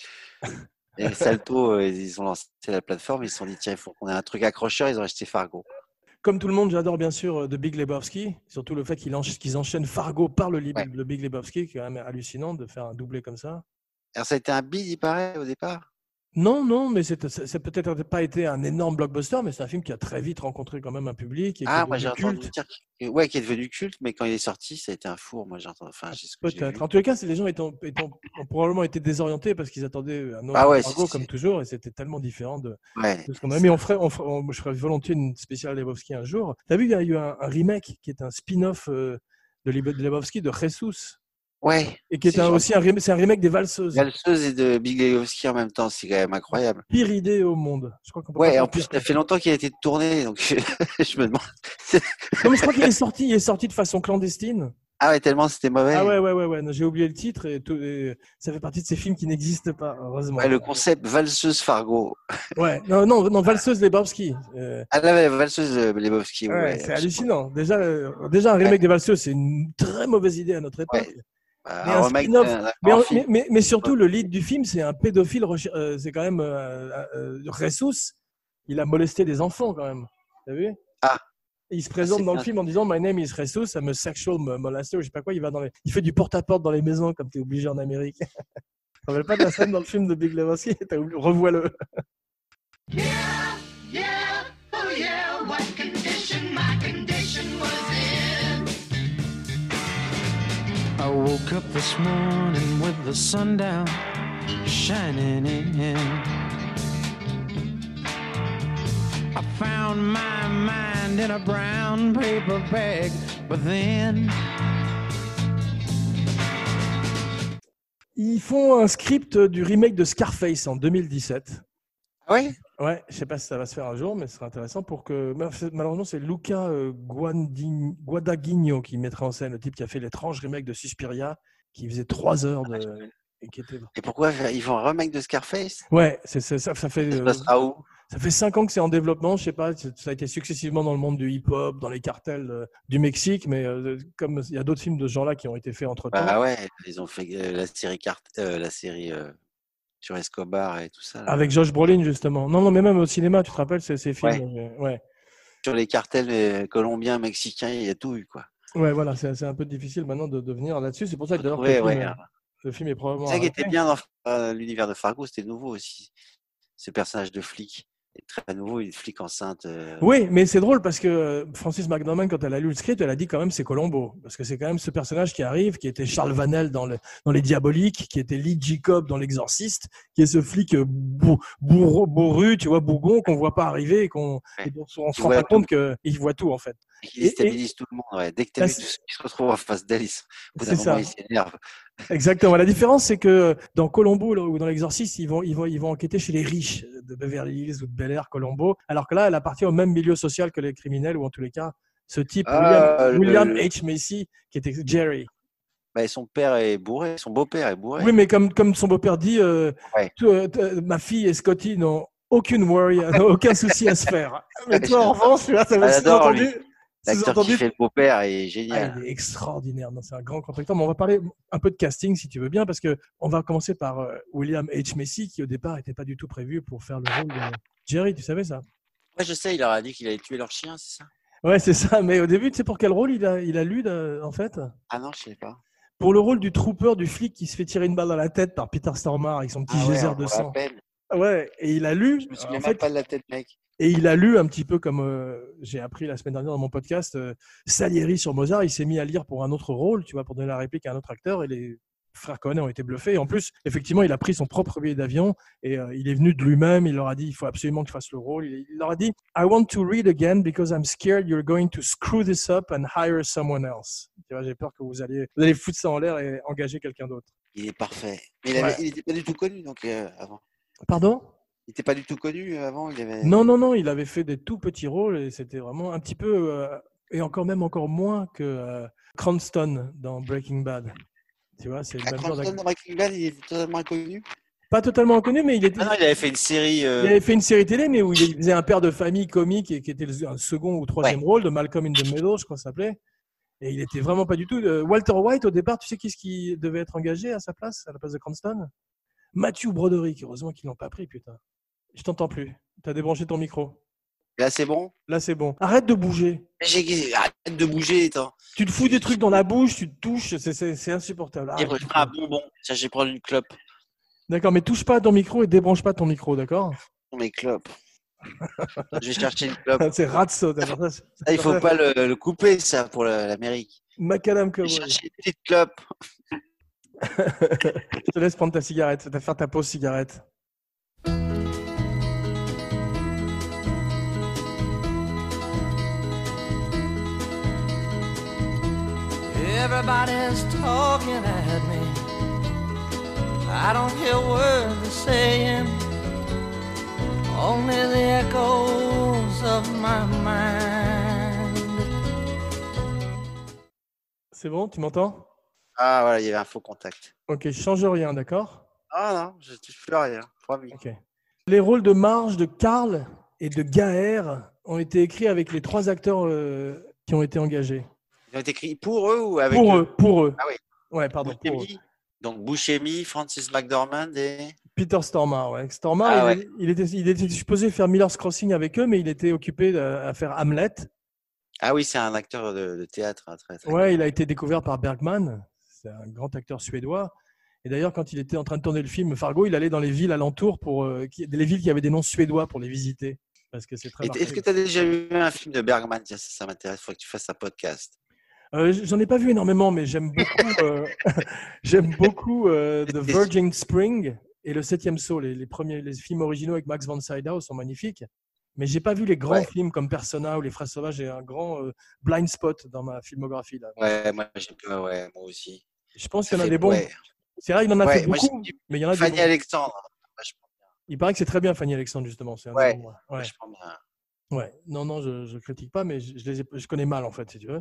Et Salto, euh, ils ont lancé la plateforme. Ils se sont dit, tiens, il faut qu'on ait un truc accrocheur. Ils ont acheté Fargo.
Comme tout le monde, j'adore bien sûr euh, The Big Lebowski, surtout le fait qu'il encha- qu'ils enchaînent Fargo par le, li-
Ouais.
le Big Lebowski, qui est quand même hallucinant de faire un doublé comme ça.
Alors, ça a été un bid, il paraît, au départ.
Non, non, mais c'est c'est- c'est peut-être pas été un énorme blockbuster, mais c'est un film qui a très vite rencontré quand même un public et qui
Ah,
est
moi j'ai
devenu
entendu
culte.
dire que- ouais, qui est devenu culte, mais quand il est sorti, ça a été un four. Moi j'ai entendu. Enfin, c'est ce que j'ai
Peut-être.
vu.
En tous les cas, c'est- les gens étant, étant- ont probablement été désorientés parce qu'ils attendaient un autre
Ah ouais,
embargo,
c'est-
comme toujours, et c'était tellement différent de,
Ouais.
de ce qu'on a. Mais on ferait, on ferait- on- je ferais volontiers une spéciale Lebowski un jour. T'as vu, il y a eu un, un remake qui est un spin-off euh, de Lebo- de Lebowski de Jesus,
Ouais.
et qui est,
C'est
un-
gentil.
aussi un, remake- c'est un remake des Valseuses.
Valseuse et de Big Lebowski en même temps, c'est quand même incroyable.
Pire idée au monde. Je crois qu'on peut pas
Ouais,
faire
en plus,
pire.
ça fait longtemps qu'il a été tourné, donc je me demande.
Non, mais je crois qu'il est sorti, il est sorti de façon clandestine.
Ah ouais, tellement c'était mauvais.
Ah ouais, ouais, ouais, ouais. non, J'ai oublié le titre et, tout- et ça fait partie de ces films qui n'existent pas, heureusement.
Ouais, le concept valseuse Fargo.
Ouais. Non, non, non, Valseuse Lebowski. Euh,
Ah là, ouais, valseuse euh, Lebowski. Ouais,
ouais, c'est hallucinant. Déjà, euh, déjà, un remake des Valseuses, c'est une très mauvaise idée à notre époque.
Ouais. Euh,
Mais un
remake
spin-off.
d'un- d'un
Mais,
grand
en-
film.
mais, mais- mais surtout, le lead du film, c'est un pédophile. recher- euh, c'est quand même euh, euh, Jesus. Il a molesté des enfants quand même. T'as vu
Ah.
Et Il se présente
c'est
dans le
dingue.
film en disant My name is Jesus, I'm a sexual molester, ou je sais pas quoi. Il va dans les... il fait du porte-à-porte dans les maisons comme t'es obligé en Amérique. Tu te rappelles pas de la scène dans le film de Big Lebowski T'as oublié- Revois-le.
Yeah, oh yeah, what condition my condition was in.
I woke up this morning with the sun down shining in. I found my mind in a brown paper bag, but then.
Ils font un script du remake de Scarface en 2017.
Ah ouais
Ouais, je sais pas si ça va se faire un jour, mais ce sera intéressant pour que. mais c'est- Malheureusement, c'est Luca euh, Guandin- Guadagnino qui mettra en scène le type qui a fait l'étrange remake de Suspiria, qui faisait trois heures de. Et qui était...
Et pourquoi ils font un remake de Scarface
Ouais, c'est c'est- ça, ça fait
Ça se
euh,
passera où
ça fait cinq ans que c'est en développement. Je sais pas, c'est- ça a été successivement dans le monde du hip-hop, dans les cartels euh, du Mexique, mais euh, comme il y a d'autres films de ce genre-là qui ont été faits entre temps.
Bah ouais, ils ont fait euh, la série carte, euh, la série euh, sur Escobar et tout ça. là.
Avec Josh Brolin justement. Non, non, mais même au cinéma, tu te rappelles ces, ces films. euh, ouais.
Sur les cartels euh, colombiens, mexicains, il y a tout eu quoi.
Ouais, voilà, c'est c'est un peu difficile maintenant de, de venir là-dessus. C'est pour ça que d'ailleurs,
Ouais,
le,
ouais. hein.
film, euh, le film est probablement.
C'est ça qui était
arrêté.
bien dans euh, l'univers de Fargo, c'était nouveau aussi. Ce personnage de flic est très nouveau, une flic enceinte. euh,
Oui, mais c'est drôle parce que euh, Frances McDormand, quand elle a lu le script, elle a dit quand même c'est Colombo. Parce que c'est quand même ce personnage qui arrive, qui était Charles Vanel dans, le- dans Les Diaboliques, qui était Lee Jacob dans L'Exorciste, qui est ce flic euh, bou- bourreau- bourru, tu vois, bougon, qu'on voit pas arriver et qu'on et dont on se
Il
rend
voit
pas
tout.
compte qu'il voit tout en fait.
qui
Et- et-
déstabilise tout le monde. ouais. Dès que tu as
Ah,
vu
c'est-
tout ce qui se retrouve en face d'elle, ils sont- au bout d'un
C'est ça.
moment, ils s'énervent.
Exactement. La différence, c'est que dans Colombo là, ou dans l'Exorciste, ils vont, ils, vont, ils vont enquêter chez les riches de Beverly Hills ou de Bel Air, Colombo, alors que là, elle appartient au même milieu social que les criminels, ou en tous les cas, ce type,
Ah, le-
William, William
le-
H. Macy, qui était Jerry.
Bah, et son père est bourré, son beau-père est bourré.
Oui, mais comme, comme son beau-père dit, euh,
Ouais.
tout- euh, t- euh, ma fille et Scotty n'ont aucune worry, n'ont aucun souci à se faire. Mais toi, en revanche, tu vois, ça va
Elle adore,
sous-entendu.
L'acteur
sous-entendu,
qui fait le beau-père est
Ah,
génial.
il est extraordinaire, Non, c'est un grand contracteur. Mais on va parler un peu de casting si tu veux bien, parce que on va commencer par euh, William H. Macy, qui au départ n'était pas du tout prévu pour faire le rôle de Jerry, tu savais ça
Ouais, je sais, il leur a dit qu'il allait tuer leur chien, c'est ça
Ouais, c'est ça, mais au début, tu sais pour quel rôle il a, il a lu de- en fait
Ah non, je sais pas.
Pour le rôle du trooper, du flic qui se fait tirer une balle dans la tête par Peter Stormare avec son petit
ah ouais,
geyser
on
de
le
sang.
rappelle.
Ouais, et il a lu.
Je me
en
souviens même
fait,
pas de la tête, mec.
Et il a lu un petit peu comme euh, j'ai appris la semaine dernière dans mon podcast euh, Salieri sur Mozart. Il s'est mis à lire pour un autre rôle, tu vois, pour donner la réplique à un autre acteur. Et les frères Cohen ont été bluffés. Et en plus, effectivement, il a pris son propre billet d'avion et euh, il est venu de lui-même. Il leur a dit il faut absolument que je fasse le rôle. Il, il leur a dit I want to read again because I'm scared you're going to screw this up and hire someone else. Tu vois, j'ai peur que vous allez vous allez foutre ça en l'air et engager quelqu'un d'autre.
Il est parfait. Mais il, avait-
Ouais.
il était pas du tout connu donc euh, avant.
Pardon
Il était pas du tout connu euh, avant. Il avait...
Non, non, non, il avait fait des tout petits rôles et c'était vraiment un petit peu, euh, et encore même encore moins que euh, Cranston dans Breaking Bad. Tu vois, c'est le
À
même genre
Ah, Cranston
d'acteur.
dans Breaking Bad, il était totalement inconnu.
Pas totalement inconnu, mais il, était,
Ah non, il avait fait une série. euh,
il avait fait une série télé, mais où il faisait un père de famille comique et qui était le- un second ou troisième rôle de Malcolm in the Meadow, je crois que ça s'appelait. Et il était vraiment pas du tout. euh, Walter White, au départ, tu sais qui ce qui devait être engagé à sa place, à la place de Cranston Matthew Broderick. Heureusement qu'ils l'ont pas pris, putain. Je t'entends plus. T'as débranché ton micro.
Là, c'est bon.
Là, c'est bon. Arrête de bouger.
Mais j'ai- Arrête de bouger, toi.
Tu te fous des trucs dans la bouche, tu te touches, c'est- c'est c'est insupportable.
Et
Arrête.
après, je prends un bonbon. Tiens, je vais prendre une clope.
D'accord, mais touche pas à ton micro et débranche pas ton micro, d'accord
Mes clopes. Je vais chercher une clope.
Ah, C'est ratso. d'accord Ça,
Ah, il faut pas le, le couper, ça, pour la- l'Amérique.
Macadam
Je vais
Cowboy.
chercher une petite clope.
Je te laisse prendre ta cigarette. Ça va faire ta pause cigarette.
Everybody's talking at me. I don't hear a word they're saying, only the echoes of my mind.
C'est bon, tu m'entends
Ah, voilà, il y avait un faux contact.
Ok, je change rien, d'accord
Ah non, je touche plus à rien. Promis.
Ok. Les rôles de Marge, de Karl et de Gaër ont été écrits avec les trois acteurs euh, qui ont été engagés.
Ils ont été écrits pour eux ou avec
pour
le-
eux, pour eux.
Ah oui.
Ouais, pardon. pour eux.
Buscemi Donc Bouchemi, Francis McDormand et.
Peter Stormare, ouais. Stormare,
Ah
il, il était, il était supposé faire Miller's Crossing avec eux, mais il était occupé euh, à faire Hamlet.
Ah oui, c'est un acteur de, de théâtre. hein, Très, très
Ouais, il a été découvert par Bergman, c'est un grand acteur suédois. Et d'ailleurs, quand il était en train de tourner le film Fargo, il allait dans les villes alentours, pour, euh, qui- les villes qui avaient des noms suédois pour les visiter. Parce que c'est très
Et t- Est-ce
marqué.
que tu as déjà vu un film de Bergman Tiens, ça, ça m'intéresse. Il faut que tu fasses un podcast.
Euh, J'en ai pas vu énormément, mais j'aime beaucoup, euh, j'aime beaucoup euh, The Virgin Spring et Le Septième Saut. Les, les premiers, les films originaux avec Max von Sydow sont magnifiques. Mais j'ai pas vu les grands
Ouais.
films comme Persona ou Les Frères Sauvages. J'ai un grand euh, blind spot dans ma filmographie. Là.
Ouais, moi, j'ai peur, ouais, moi aussi.
Je pense
Ça
qu'il y en a
fait-
Ah, des bons.
ouais.
C'est vrai, il en a
Ouais,
fait
moi, j'ai
beaucoup,
vu
mais il y en a des
Fanny
bons.
Alexandre. Vachement
Il paraît que c'est très bien Fanny Alexandre justement. C'est un
Ouais.
des bons,
bien,
ouais.
vachement bien.
Ouais. Non, non, je, je critique pas, mais je, je les ai- je connais mal en fait, si tu veux.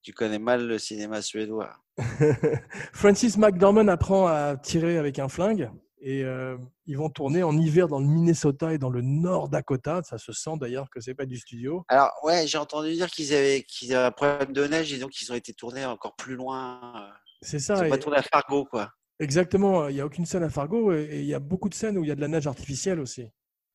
Tu connais mal le cinéma suédois.
Francis McDormand apprend à tirer avec un flingue et euh, ils vont tourner en hiver dans le Minnesota et dans le Nord Dakota. Ça se sent d'ailleurs que c'est pas du studio.
Alors, ouais, j'ai entendu dire qu'ils avaient, qu'ils avaient un problème de neige et donc ils ont été tournés encore plus loin. euh,
C'est
Ils
ça.
ont
Ah, et-
pas tourné à Fargo, quoi.
exactement. Il n'y a aucune scène à Fargo et et il y a beaucoup de scènes où il y a de la neige artificielle aussi.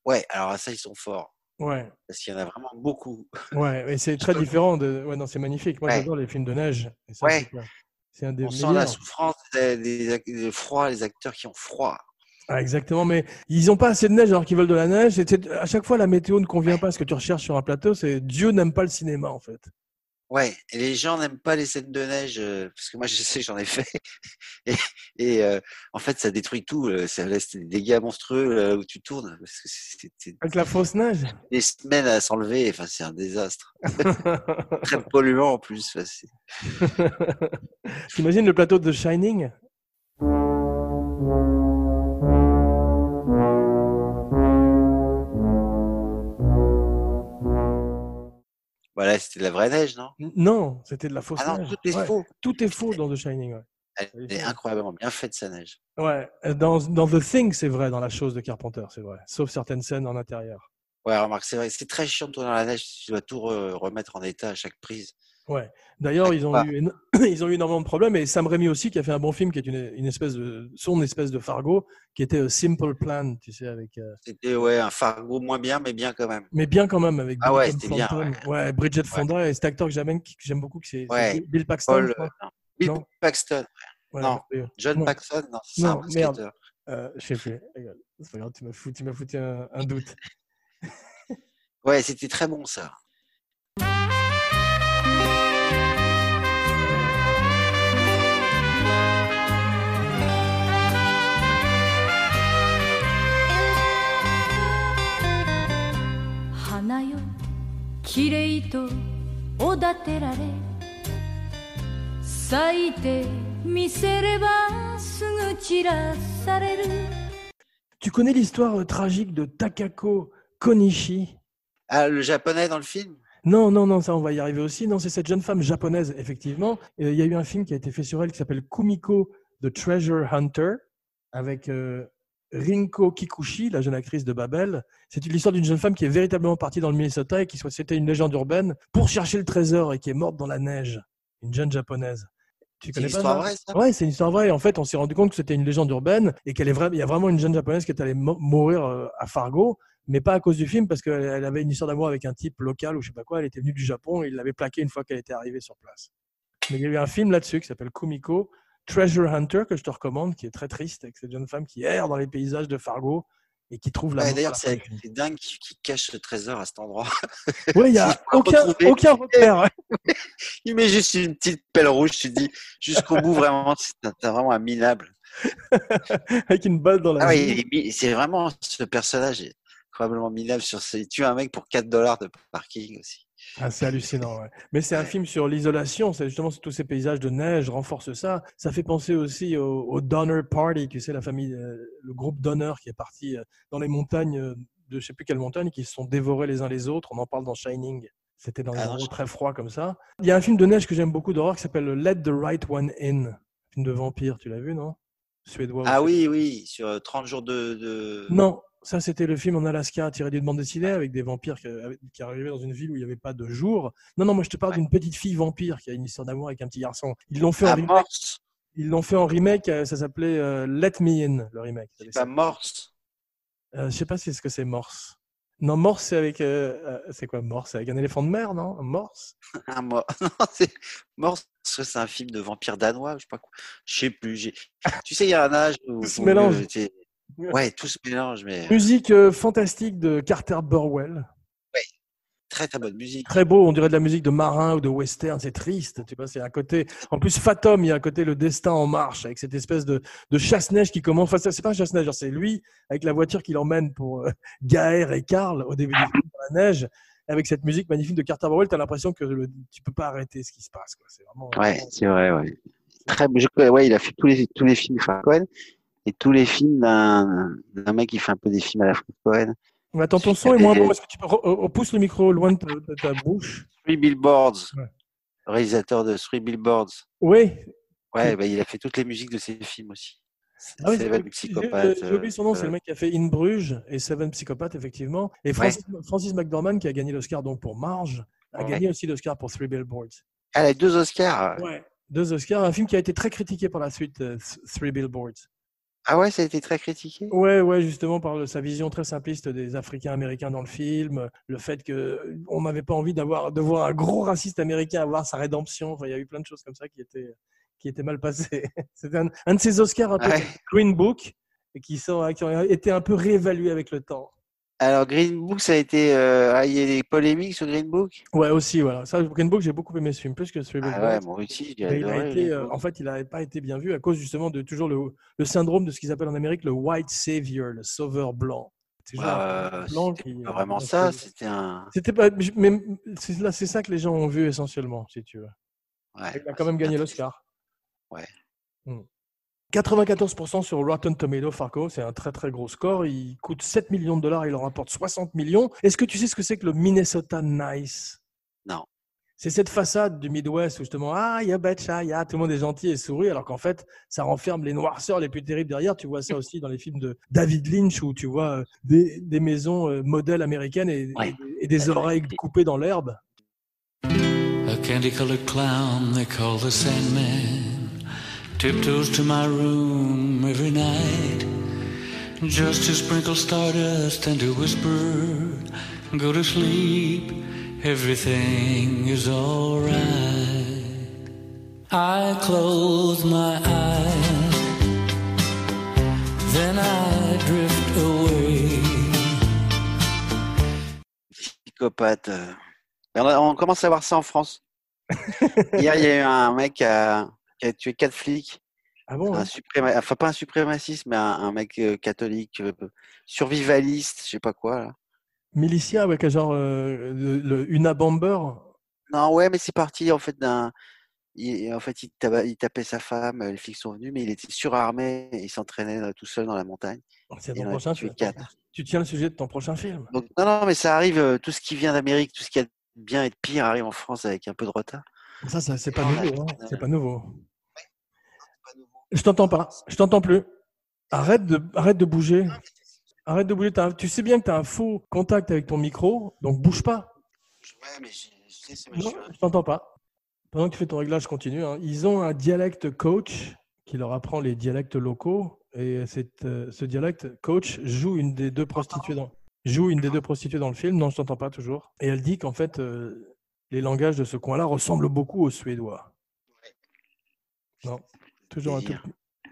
Ouais, alors ça, ils sont forts.
Ouais,
Parce qu'il y en a vraiment beaucoup.
ouais. Et c'est très différent. De... Ouais, non, c'est magnifique. Moi,
Ouais.
j'adore les films de neige. Et ça,
Ouais.
c'est clair. C'est un des
On sent la
meilleurs.
souffrance des, des ac- des froids, les acteurs qui ont froid.
Ah, exactement, mais ils n'ont pas assez de neige alors qu'ils veulent de la neige. Et c'est- à chaque fois, la météo ne convient pas à ce que tu recherches sur un plateau. C'est Dieu n'aime pas le cinéma, en fait.
Ouais, et les gens n'aiment pas les scènes de neige, euh, parce que moi je sais, j'en ai fait. Et, et, euh, en fait, ça détruit tout, euh, ça laisse des dégâts monstrueux là où tu tournes, parce que c'est c'est
Avec la fausse neige.
des semaines à s'enlever, enfin c'est un désastre. Très polluant en plus. enfin, c'est-
T'imagines le plateau de The Shining
Voilà, c'était de la vraie neige, non
N- Non, c'était de la fausse
Ah non,
neige.
tout est
Ouais,
faux.
tout est faux dans The Shining. Ouais.
Elle est incroyablement bien faite, sa neige.
Ouais, euh, Dans, dans The Thing, c'est vrai, dans la chose de Carpenter, c'est vrai. Sauf certaines scènes en intérieur.
Ouais, remarque, c'est vrai, c'est très chiant de tourner dans la neige, tu dois tout re- remettre en état à chaque prise.
Ouais. D'ailleurs, ils, ont
Ah.
eu éno- ils ont eu énormément de problèmes. Et Sam Raimi aussi, qui a fait un bon film, qui est une, une espèce de, son espèce de Fargo, qui était euh, Simple Plan, tu sais, avec. euh,
C'était ouais, un Fargo moins bien, mais bien quand même.
mais bien quand même avec
Ah ouais,
Bridget
c'était bien,
Fonda. Ouais, Bridget Fonda et cet acteur que j'aime, que j'aime beaucoup, que c'est c'est
Ouais.
Bill Paxton.
Paul,
je
euh,
crois.
non. Bill
Non.
Paxton,
Ouais,
non.
c'est-
John
Non.
Paxton, non, c'est un
Non, merde.
basketteur.
euh, je sais plus. Regarde, C'est pas grave, tu m'as foutu, tu m'as foutu un, un doute.
Ouais, c'était très bon ça.
花よきれいとおだてられ咲いてみせればすぐ散らされる
Tu connais l'histoire euh, tragique de Takako Konishi
Ah, le japonais dans le film
Non, non, non, ça on va y arriver aussi. Non, c'est cette jeune femme japonaise, effectivement. Euh, Il y a eu un film qui a été fait sur elle qui s'appelle Kumiko the Treasure Hunter avec euh, Rinko Kikuchi, la jeune actrice de Babel. C'est une- l'histoire d'une jeune femme qui est véritablement partie dans le Minnesota et qui soit c'était une légende urbaine pour chercher le trésor et qui est morte dans la neige. Une jeune japonaise. Tu
C'est une
connais pas
histoire
ça
vraie, ça
Ah Ouais, c'est une histoire vraie. En fait, on s'est rendu compte que c'était une légende urbaine et qu'elle est vraiment, il y a vraiment une jeune japonaise qui est allée mo- mourir euh, à Fargo, mais pas à cause du film parce qu'elle elle avait une histoire d'amour avec un type local ou je sais pas quoi. Elle était venue du Japon et il l'avait plaquée une fois qu'elle était arrivée sur place. Mais il y a eu un film là-dessus qui s'appelle Kumiko, Treasure Hunter, que je te recommande, qui est très triste, avec cette jeune femme qui erre dans les paysages de Fargo et qui trouve la
Ouais,
mort à
D'ailleurs,
la
c'est
fin du film.
c'est dingue qui cache le trésor à cet endroit.
Ouais, il n'y a
si je peux
aucun,
retrouver-
aucun repère.
Il met juste une petite pelle rouge, tu te dis, jusqu'au bout, vraiment, c'est un- c'est vraiment un minable.
avec une balle dans la
Ah ouais,
joue.
il est mi- c'est vraiment ce personnage est probablement minable sur ses. Il tue un mec pour 4 dollars de parking aussi.
Ah, c'est hallucinant, ouais. Mais c'est un film sur l'isolation, c'est justement sur tous ces paysages de neige renforce ça. Ça fait penser aussi au, au Donner Party, tu sais, la famille, euh, le groupe Donner qui est parti euh, dans les montagnes euh, de je sais plus quelle montagne, qui se sont dévorés les uns les autres. On en parle dans Shining. C'était dans des
Ah, non,
endroits
je-
très froids comme ça. Il y a un film de neige que j'aime beaucoup d'horreur qui s'appelle Let the Right One In, un film de vampire, tu l'as vu, non Suédois.
Ah
aussi.
oui, oui, sur euh, 30 jours de. de-
Non, ça c'était le film en Alaska tiré d'une bande dessinée avec des vampires qui, avec- qui arrivaient dans une ville où il n'y avait pas de jour. Non, non, moi je te parle d'une petite fille vampire qui a une histoire d'amour avec un petit garçon. Ils l'ont fait, en
Ah,
remake-
Morse.
ils l'ont fait en remake, euh, ça s'appelait euh, Let Me In, le remake.
C'est pas Morse.
Euh, je sais pas si c'est ce que c'est Morse. Non, Morse c'est avec. euh, euh, c'est quoi Morse C'est avec un éléphant de mer, non Morse
Un mor- Non, c'est Morse, c'est un film de vampire danois, je sais pas quoi. Je sais plus. j'ai- Tu sais, il y a un âge où.
Tout se
où,
mélange.
euh, t'es- Ouais, tout se mélange, mais
Musique euh, fantastique de Carter Burwell.
très très bonne musique.
Très beau, on dirait de la musique de marin ou de western, c'est triste, tu vois, c'est un côté, en plus Fatom, il y a un côté le destin en marche, avec cette espèce de, de chasse-neige qui commence, enfin c'est c'est pas un chasse-neige, genre, c'est lui, avec la voiture qu'il emmène pour euh, Gaër et Karl au début du film dans la neige, avec cette musique magnifique de Carter Burwell, t'as l'impression que le- tu peux pas arrêter ce qui se passe, quoi. c'est vraiment...
Ouais, c'est vrai, ouais. Très, je, ouais, il a fait tous les, tous les films Cohen et tous les films d'un d'un mec qui fait un peu des films à la Frank Cohen.
Mais Attends, ton son est moins bon, est-ce que tu peux... re- re- Pousse le micro loin de ta, de ta bouche.
Three Billboards,
Ouais.
réalisateur de Three Billboards.
Oui,
Ouais, bah, il a fait toutes les musiques de ses films aussi.
Ah oui,
Seven
j'ai-
Psychopathe.
J'ai j'ai oublié son nom, c'est
euh,
le mec qui a fait In Bruges et Seven Psychopathe, effectivement. Et Francis, Francis McDormand, qui a gagné l'Oscar donc pour Marge, a
Ouais.
gagné aussi l'Oscar pour Three Billboards.
Elle a ah, deux Oscars.
Deux Oscars, un film qui a été très critiqué par la suite, euh, Th- Three Billboards.
Ah ouais, ça a été très critiqué.
Ouais, ouais, justement par le- sa vision très simpliste des Africains américains dans le film, le fait que euh, on n'avait pas envie d'avoir de voir un gros raciste américain avoir sa rédemption. Enfin, il y a eu plein de choses comme ça qui étaient qui étaient mal passées. C'était un, un de ces Oscars un peu
Ah Ouais.
Green Book et qui sont qui ont été un peu réévalués avec le temps.
Alors, Green Book, ça a été. euh, ah, il y a des polémiques sur Green Book
Ouais, aussi, voilà. Ça, Green Book, j'ai beaucoup aimé ce film, plus que Three
Ah
Billboards.
ouais, mon outil, j'ai
Mais il a
adoré.
été,
Green
euh,
Book.
en fait, il n'avait pas été bien vu à cause justement de toujours le, le syndrome de ce qu'ils appellent en Amérique le white savior, le sauveur blanc. C'est genre un
Euh,
blanc
c'était
qui,
pas
euh,
vraiment
qui-
ça, c'était un.
C'était pas, mais c'est là, c'est ça que les gens ont vu essentiellement, si tu veux.
Ouais,
Il a quand même gagné
c'était-
l'Oscar.
Ouais.
Hmm. 94% sur Rotten Tomato, Fargo, c'est un très très gros score. Il coûte 7 millions de dollars, il en rapporte 60 millions. Est-ce que tu sais ce que c'est que le Minnesota Nice
Non.
C'est cette façade du Midwest où justement, ah, ya betcha, ya, tout le monde est gentil et sourit, alors qu'en fait, ça renferme les noirceurs les plus terribles derrière. Tu vois ça aussi dans les films de David Lynch où tu vois euh, des, des maisons euh, modèles américaines et,
Ouais.
et- et des oreilles coupées dans l'herbe.
A candy colored clown they call the Sandman tiptoes to my room every night just to sprinkle stardust and to whisper, Go to sleep, everything is alright. I close my eyes, then I drift away.
psychopathe. euh. Mais On, a- on commence à voir ça en France. Hier, il y a eu un mec qui a, qui a tué quatre flics.
Ah bon
Un
hein
supréma- enfin, pas un suprémaciste, mais un, un mec euh, catholique, euh, survivaliste, je sais pas quoi. là.
Militia avec un genre euh, le, le Una Bomber.
Non, ouais, mais c'est parti en fait d'un. il- en fait, il, taba- il tapait sa femme, euh, les flics sont venus, mais il était surarmé, et il s'entraînait euh, tout seul dans la montagne.
C'est
Il
ton
en a
prochain
tué
film.
quatre.
Tu tiens le sujet de ton prochain film.
Donc, non, non, mais ça arrive, euh, tout ce qui vient d'Amérique, tout ce qui a de bien et de pire arrive en France avec un peu de retard.
Ça, ça c'est pas
Ah,
nouveau. hein.
putain.
C'est pas nouveau. Je t'entends pas. Je t'entends plus. Arrête de, arrête de bouger. Arrête de bouger. T'as un- tu sais bien que tu as un faux contact avec ton micro, donc bouge pas.
Ouais, mais je, je sais, mais je
Non,
suis un-
je t'entends pas. Pendant que tu fais ton réglage, je continue. hein. Ils ont un dialecte coach qui leur apprend les dialectes locaux. Et cette, euh, ce dialecte coach joue une des deux prostituées dans, joue une des deux prostituées dans le film. Non, je t'entends pas toujours. Et elle dit qu'en fait, euh, les langages de ce coin-là ressemblent beaucoup aux suédois. Toujours un tout.
Plaisir.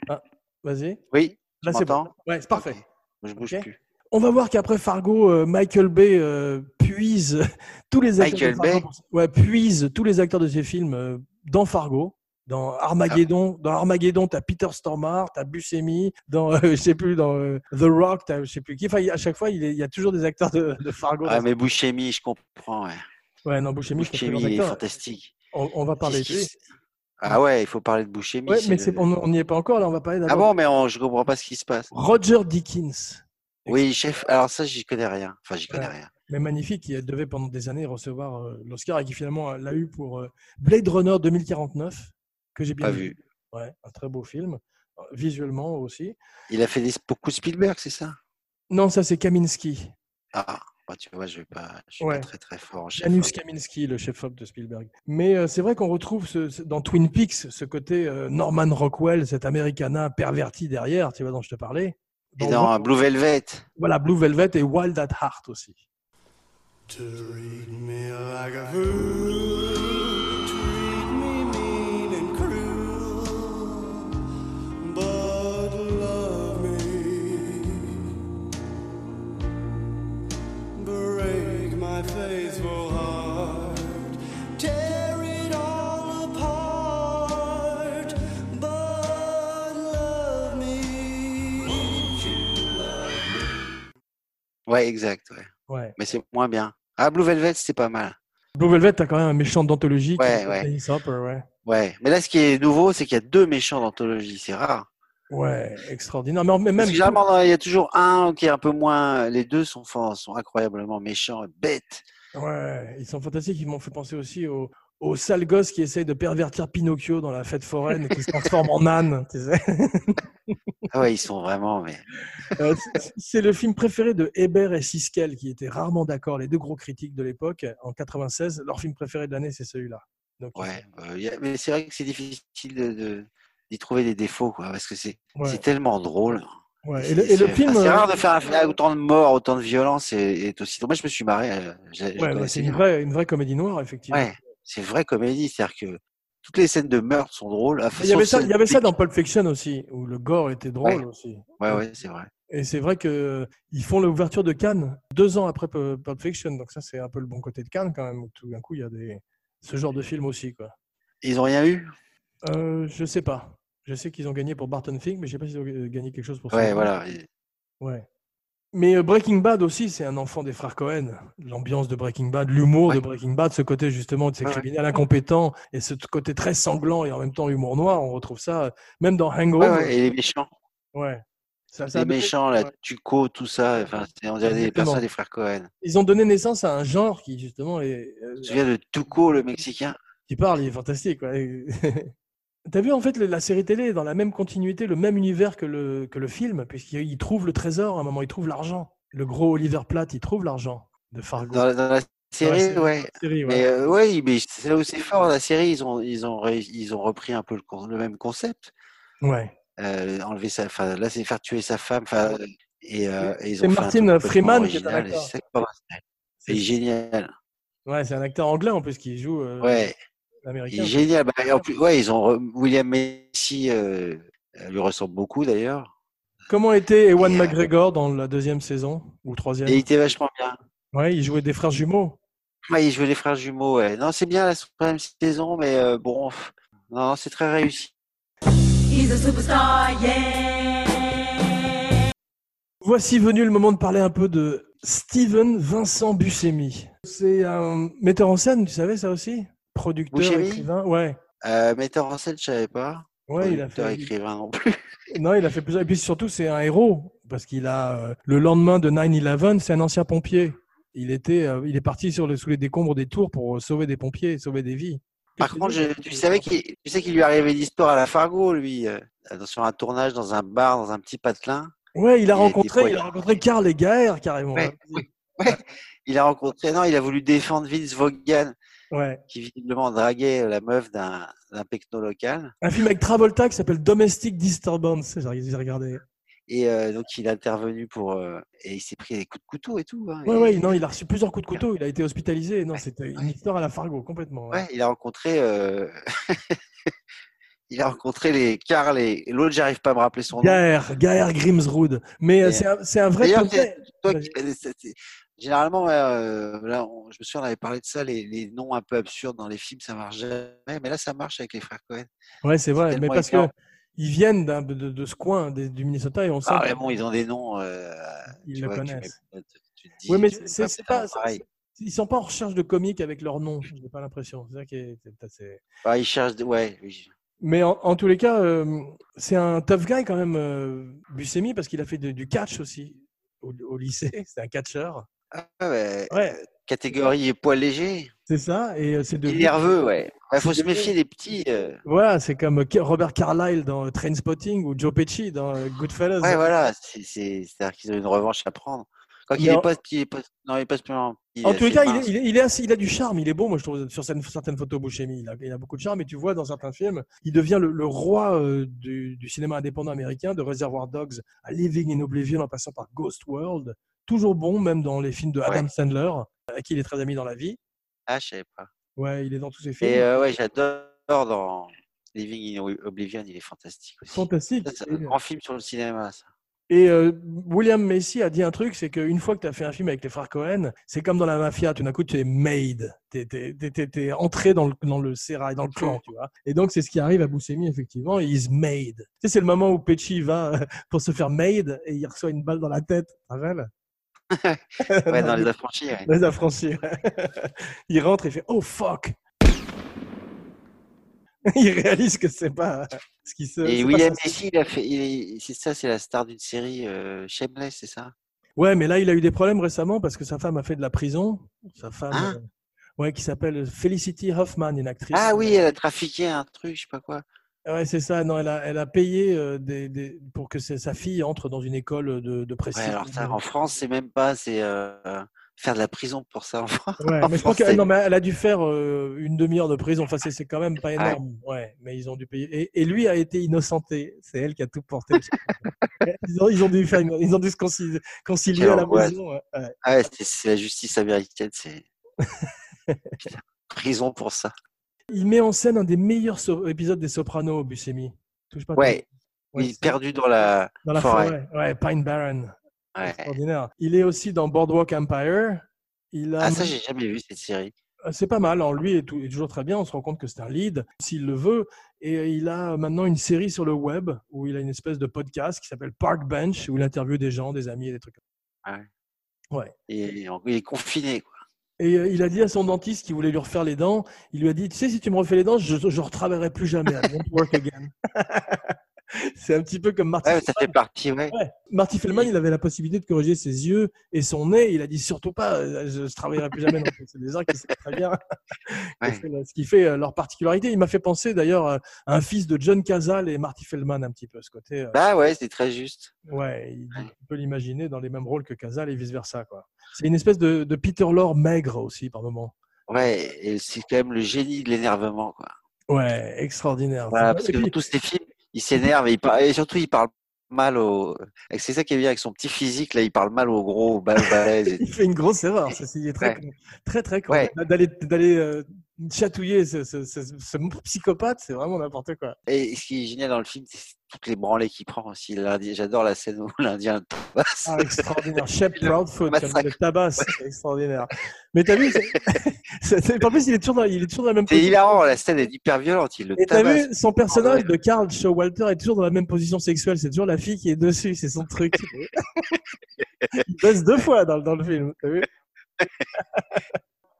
Ah, vas-y.
Oui,
Là,
tu
c'est bon.
m'entends
Ouais, c'est parfait.
je bouge
Ok.
plus.
On va voir qu'après Fargo, euh, Michael Bay euh, puise tous les acteurs
Michael
de Fargo
Bay
pour- ouais, puise tous les acteurs de ses films euh, dans Fargo. Dans Armageddon,
Ah.
dans Armageddon, t'as Peter Stormare, t'as Buscemi, dans euh, je sais plus, dans euh, The Rock, t'as je sais plus qui. Enfin, il- à chaque fois, il, est- il y a toujours des acteurs de, de Fargo.
Ah, mais Bouchemi, je comprends. Ouais.
Ouais, non, Buscemi, je
Buscemi
comprends
est
l'acteur.
fantastique.
On, on va parler.
Qu'est-ce
de
qu'il
lui.
s- Ah ouais, il faut parler de Bouchemi.
Ouais,
c'est
mais
le-
c'est- on on n'y est pas encore. Là, on va parler
Ah
d'abord.
bon, mais on- je comprends pas ce qui se passe.
Roger Dickens.
Oui, chef. Alors ça, j'y connais rien. Enfin, j'y connais
Ouais.
rien.
mais magnifique, qui devait pendant des années recevoir euh, l'Oscar et qui finalement l'a eu pour euh, Blade Runner 2049, que j'ai bien
Pas vu.
Ouais, un très beau film, euh, visuellement aussi.
Il a fait des- beaucoup de Spielberg, c'est ça
Non, ça c'est Kaminski,
Ah, bah, tu vois, je vais pas, je suis
Ouais.
pas très très fort en chef.
Janusz Kaminski, le chef-op de Spielberg. Mais euh, c'est vrai qu'on retrouve ce- ce- dans Twin Peaks ce côté euh, Norman Rockwell, cet Americana perverti derrière, tu vois dont je te parlais.
Et dans Blue Velvet,
Voilà, Blue Velvet et Wild at Heart aussi.
Treat me like a fool. Treat me mean and cruel. But love me. Break my faithful heart. Tear it all apart. But love me.
ouais, exact, ouais.
Ouais.
Mais c'est moins bien. Ah, Blue Velvet, c'était pas mal.
Blue Velvet, t'as quand même un méchant d'anthologie. qui
Ouais,
est
ouais.
Dennis Hopper, ouais.
Ouais. Mais là, ce qui est nouveau, c'est qu'il y a deux méchants d'anthologie. C'est rare.
Ouais, extraordinaire. Mais en- mais
Parce
même
que généralement, dans- il y a toujours un qui est un peu moins. Les deux sont forts, sont incroyablement méchants, et bêtes.
Ouais, ils sont fantastiques. Ils m'ont fait penser aussi aux, aux sales gosses qui essayent de pervertir Pinocchio dans la fête foraine et qui se transforment en âne. tu sais.
Ah ouais, ils sont vraiment. Mais
Euh, c'est- C'est le film préféré de Hébert et Siskel, qui étaient rarement d'accord, les deux gros critiques de l'époque. En 96, leur film préféré de l'année, c'est celui-là. Donc, ils
ouais. euh, il y a- Mais c'est vrai que c'est difficile de. de- d'y trouver des défauts quoi parce que c'est
sont- ouais,
c'est tellement drôle
ouais.
C'est-
Et le, et le
c'est-
film,
enfin, c'est
euh,
rare de faire un film avec autant de morts, autant de violence et, et aussi. Moi, je me suis marré. euh, je- je
ouais, bah,
connaissais
c'est une
bien.
vraie, une vraie comédie hein. noire, effectivement.
Ouais, c'est une vraie comédie. C'est-à-dire que toutes les scènes de meurtre sont drôles.
Il y avait ça, il y avait ça dans Pulp Fiction aussi, où le gore était drôle
Ouais.
aussi.
Ouais, ouais, c'est vrai.
Et c'est vrai que ils font l'ouverture de Cannes deux ans après Pu- Pulp Fiction, donc ça c'est un peu le bon côté de Cannes quand même. où Tout d'un coup, il y a des ce genre de film aussi quoi.
Ils ont rien eu.
Euh, je sais pas. Je sais qu'ils ont gagné pour Barton Fink, mais je sais pas s'ils ont euh, gagné quelque chose pour ça.
Ouais, voilà. Et-
Ouais. Mais euh, Breaking Bad aussi, c'est un enfant des frères Cohen. L'ambiance de Breaking Bad, l'humour de
Ouais.
Breaking Bad, ce côté justement de ces
Ouais, ouais.
criminels incompétents et ce côté très sanglant et en même temps humour noir, on retrouve ça euh, même dans
Ouais,
Hangover.
ouais, et les méchants,
Ouais. Ça- ça a
les
donné-
méchants, la
ouais.
Tuco, tout ça. Enfin, c'est- on dirait des
Exactement.
personnes des frères Cohen.
Ils ont donné naissance à un genre qui justement est euh,
Tu te souviens de Tuco, le Mexicain
qui parle, il est fantastique. ouais. T'as vu en fait le- la série télé est dans la même continuité, le même univers que le, que le film, puisqu'il trouve le trésor à un moment, il trouve l'argent. Le gros Oliver Platt, il trouve l'argent de Fargo.
dans, dans la série,
série.
ouais.
Série, ouais.
Mais euh, ouais, mais c'est là où c'est fort la série. Ils ont, ils ont, ré- ils ont repris un peu le, con- le même concept.
Ouais.
Euh, enlever sa, enfin, là, c'est faire tuer sa femme. Enfin, et, euh, et ils
C'est
ont fait un
Martin
truc complètement
Freeman qui est un
original, et
acteur.
C'est ça qui est pas mal. Il est génial.
Ouais, c'est un acteur anglais en plus qui joue euh,
Ouais. Il
l'américain.
est génial. Bah, en plus, ouais, ils ont re- William Messi euh, euh, lui ressemble beaucoup d'ailleurs.
Comment était Ewan
Et, euh,
McGregor dans la deuxième saison ou troisième
Et il était vachement bien.
Ouais, il jouait des frères jumeaux.
Ouais, il jouait les frères jumeaux. Ouais. Non, c'est bien la première saison, mais euh, bon, pff, non, non, c'est très réussi.
He's a superstar, yeah.
Voici venu le moment de parler un peu de Steven Vincent Buscemi. C'est un metteur en scène, tu savais ça aussi Producteur,
Buscemi
écrivain, ouais.
Euh, metteur en scène, je savais pas.
Ouais, il a
Producteur,
fait.
écrivain non plus.
Non, il a fait plusieurs. Et puis surtout, c'est un héros parce qu'il a euh, le lendemain de 9/11, c'est un ancien pompier. Il était, euh, il est parti sur le, sous les décombres des tours pour euh, sauver des pompiers, sauver des vies.
Par
Qu'est-ce que
contre,
c'est
je- tu savais qu'il, tu sais qu'il lui arrivait une histoire à la Fargo, lui, euh, dans- sur un tournage dans un bar, dans un petit patelin.
Ouais, il
il
a
a été
rencontré, il
poignardé.
a rencontré Karl Egaer carrément. hein.
Ouais, ouais. Il a rencontré, non, il a voulu défendre Vince Vaughan,
Ouais.
qui visiblement draguait la meuf d'un, d'un pecno local.
Un film avec Travolta qui s'appelle Domestic Disturbance. J'ai j'ai regardé.
Et euh, donc, il est intervenu pour. euh, et il s'est pris des coups de couteau et tout. hein.
Ouais,
Et-
ouais, non, il a reçu plusieurs coups de couteau. Il a été hospitalisé. Non,
Ouais,
c'était une
ouais.
hein. histoire à la Fargo complètement. ouais.
ouais, il a rencontré. euh, il a rencontré les Carl et et l'autre, j'arrive pas à me rappeler son nom.
Gaër, Gaër Grimsrud. Mais euh,
Et-
c'est un, c'est un vrai
D'ailleurs,
concept.
Toi qui- c'est- c'est- Généralement, ouais, euh, là, on- je me souviens, on avait parlé de ça, les, les noms un peu absurdes dans les films, ça marche jamais. Mais là, ça marche avec les frères Cohen.
Ouais, c'est vrai, mais
tellement
parce que
énorme.
ils viennent d'un- de, de ce coin des- du Minnesota et on sent
Ah, mais bon, ils ont des noms. euh,
qu'ils
tu
le
vois, tu
connaissent.
mets- tu te dis,
Oui, mais
tu mets
c'est c'est
vraiment
pas. c'est-
pareil.
Ils sont pas en recherche de comique avec leur nom, j'ai pas l'impression. C'est ça qui est- c'est- c'est-
Bah, ils cherchent. des- Ouais, oui.
Mais en, en tous les cas, euh, c'est un tough guy quand même, euh, Buscemi, parce qu'il a fait de- du catch aussi au, au lycée. C'est un catcheur.
Ah, ouais.
Ouais,
Catégorie poids léger.
c'est ça. Et euh, c'est
Il est
devenu.
nerveux, ouais. Il faut se
devenu-
méfier des petits. euh,
Voilà, c'est comme Ke- Robert Carlyle dans euh, Trainspotting ou Joe Pesci dans euh, Goodfellas.
Ouais, voilà. c'est- c'est- C'est-à-dire qu'ils ont une revanche à prendre. Quand il
Mais
est
en-
pas, il est pas, non, il est pas spécialement- il
En
est
tous les cas,
assez
il,
mince.
est- il, est- il est assez- il a du charme, il est beau, moi je trouve, sur certaines, certaines photos Buscemi. Il a, il a beaucoup de charme, et tu vois dans certains films, il devient le, le roi euh, du, du cinéma indépendant américain, de Reservoir Dogs à Living in Oblivion en passant par Ghost World. Toujours bon, même dans les films de Adam
Ouais.
Sandler, euh, à qui il est très ami dans la vie.
Ah, je savais pas.
Ouais, il est dans tous ses films.
Et euh, ouais, j'adore dans Living in Oblivion, il est fantastique aussi.
Fantastique.
Ça, C'est un grand film sur le cinéma, ça.
Et euh, William Macy a dit un truc, c'est qu'une fois que tu as fait un film avec les frères Cohen, c'est comme dans la mafia, tout d'un coup tu es made, tu es, entré dans le, dans le sérail, dans le clan, tu vois. Et donc c'est ce qui arrive à Buscemi, effectivement, et is made. Tu sais, c'est le moment où Pesci va euh, pour se faire made et il reçoit une balle dans la tête, tu te rappelles
Ouais, dans les affranchis, ouais.
Les affranchis, ouais. Il rentre et fait « Oh, fuck !» Il réalise que c'est pas euh, ce qui se... c'est
Et
pas
William
censé-
Macy, il a fait, il est- c'est ça, c'est la star d'une série euh, Shameless, c'est ça
Ouais, mais là, il a eu des problèmes récemment parce que sa femme a fait de la prison. Sa femme,
Hein
euh, ouais, qui s'appelle Felicity Huffman, une actrice.
Ah oui, elle a trafiqué un truc, je sais pas quoi.
Ouais, c'est ça. Non, elle a, elle a payé euh, des, des- pour que sa- sa fille entre dans une école de, de
Ouais,
prestige.
alors ça, en France, c'est même pas, c'est euh, faire de la prison pour ça en France.
Ouais,
en
mais je crois qu'elle
français.
non, mais elle a dû faire euh, une demi-heure de prison. Enfin, c'est- c'est quand même pas
Ah ouais.
énorme. Ouais, mais ils ont dû payer. Et, et lui a été innocenté. C'est elle qui a tout porté. ils, ont, ils ont dû faire une- ils ont dû se concilier, concilier
Quelle
à la
angoisse.
maison. ouais. Ouais.
Ah ouais, c'est, c'est la justice américaine, c'est. Putain, prison pour ça.
Il met en scène un des meilleurs so- épisodes des Sopranos, Buscemi. Touche pas à ton-
Ouais,
Ouais,
il est
c'est-
perdu dans la.
Dans la forêt.
Forêt.
ouais, Pine Barren.
Ouais.
Extraordinaire. Il est aussi dans Boardwalk Empire. Il a,
Ah, ça, j'ai jamais vu cette série.
c'est pas mal. En lui est, tou- est toujours très bien. On se rend compte que c'est un lead s'il le veut. Et euh, il a maintenant une série sur le web où il a une espèce de podcast qui s'appelle Park Bench où il interviewe des gens, des amis et des trucs.
Et, il est confiné, quoi.
Et euh, il a dit à son dentiste qui voulait lui refaire les dents, il lui a dit, tu sais, si tu me refais les dents, je ne retravaillerai plus jamais. I won't work again. c'est un petit peu comme Martin.
Ouais, ça fait partie, ouais.
Ouais. Marty Feldman, il avait la possibilité de corriger ses yeux et son nez. Il a dit surtout pas, euh, je ne travaillerai plus jamais. non plus. C'est des gens qui savent très bien que
Ouais.
c'est le- ce qui fait euh, leur particularité. Il m'a fait penser d'ailleurs euh, à un fils de John Casal et Marty Feldman un petit peu, ce côté. euh,
Bah ouais, c'est très juste.
ouais, il- on peut l'imaginer dans les mêmes rôles que Casal et vice-versa. quoi. C'est une espèce de, de Peter Lorre maigre aussi par moment.
Ouais, et c'est quand même le génie de l'énervement, quoi.
Ouais, extraordinaire.
Voilà, parce
Et
que
puis-
dans tous ces films, il s'énerve et, il par- et surtout, il parle mal au. et C'est ça qui est bien avec son petit physique, là, il parle mal au gros, au bal- au balèze. et tout.
Il fait une grosse erreur, ceci dit, très,
Ouais.
con- très très con.
Ouais.
D'aller d'aller euh, chatouiller ce, ce- ce- ce psychopathe, c'est vraiment n'importe quoi.
Et ce qui est génial dans le film, c'est toutes les branlées qu'il prend aussi. L'Indien- J'adore la scène où l'Indien le tabasse.
Ah, extraordinaire. Shep Proudfoot,
massacre.
comme le tabac, c'est extraordinaire. Mais t'as vu, c'est- c'est- c'est- en plus, il est toujours dans, il est toujours dans la même
C'est
position.
hilarant, la scène est hyper violente, il le
Et t'as
tabasse.
vu, son personnage de Carl Showalter est toujours dans la même position sexuelle. C'est toujours la fille qui est dessus, c'est son truc. il baisse deux fois dans, le- dans le film. t'as vu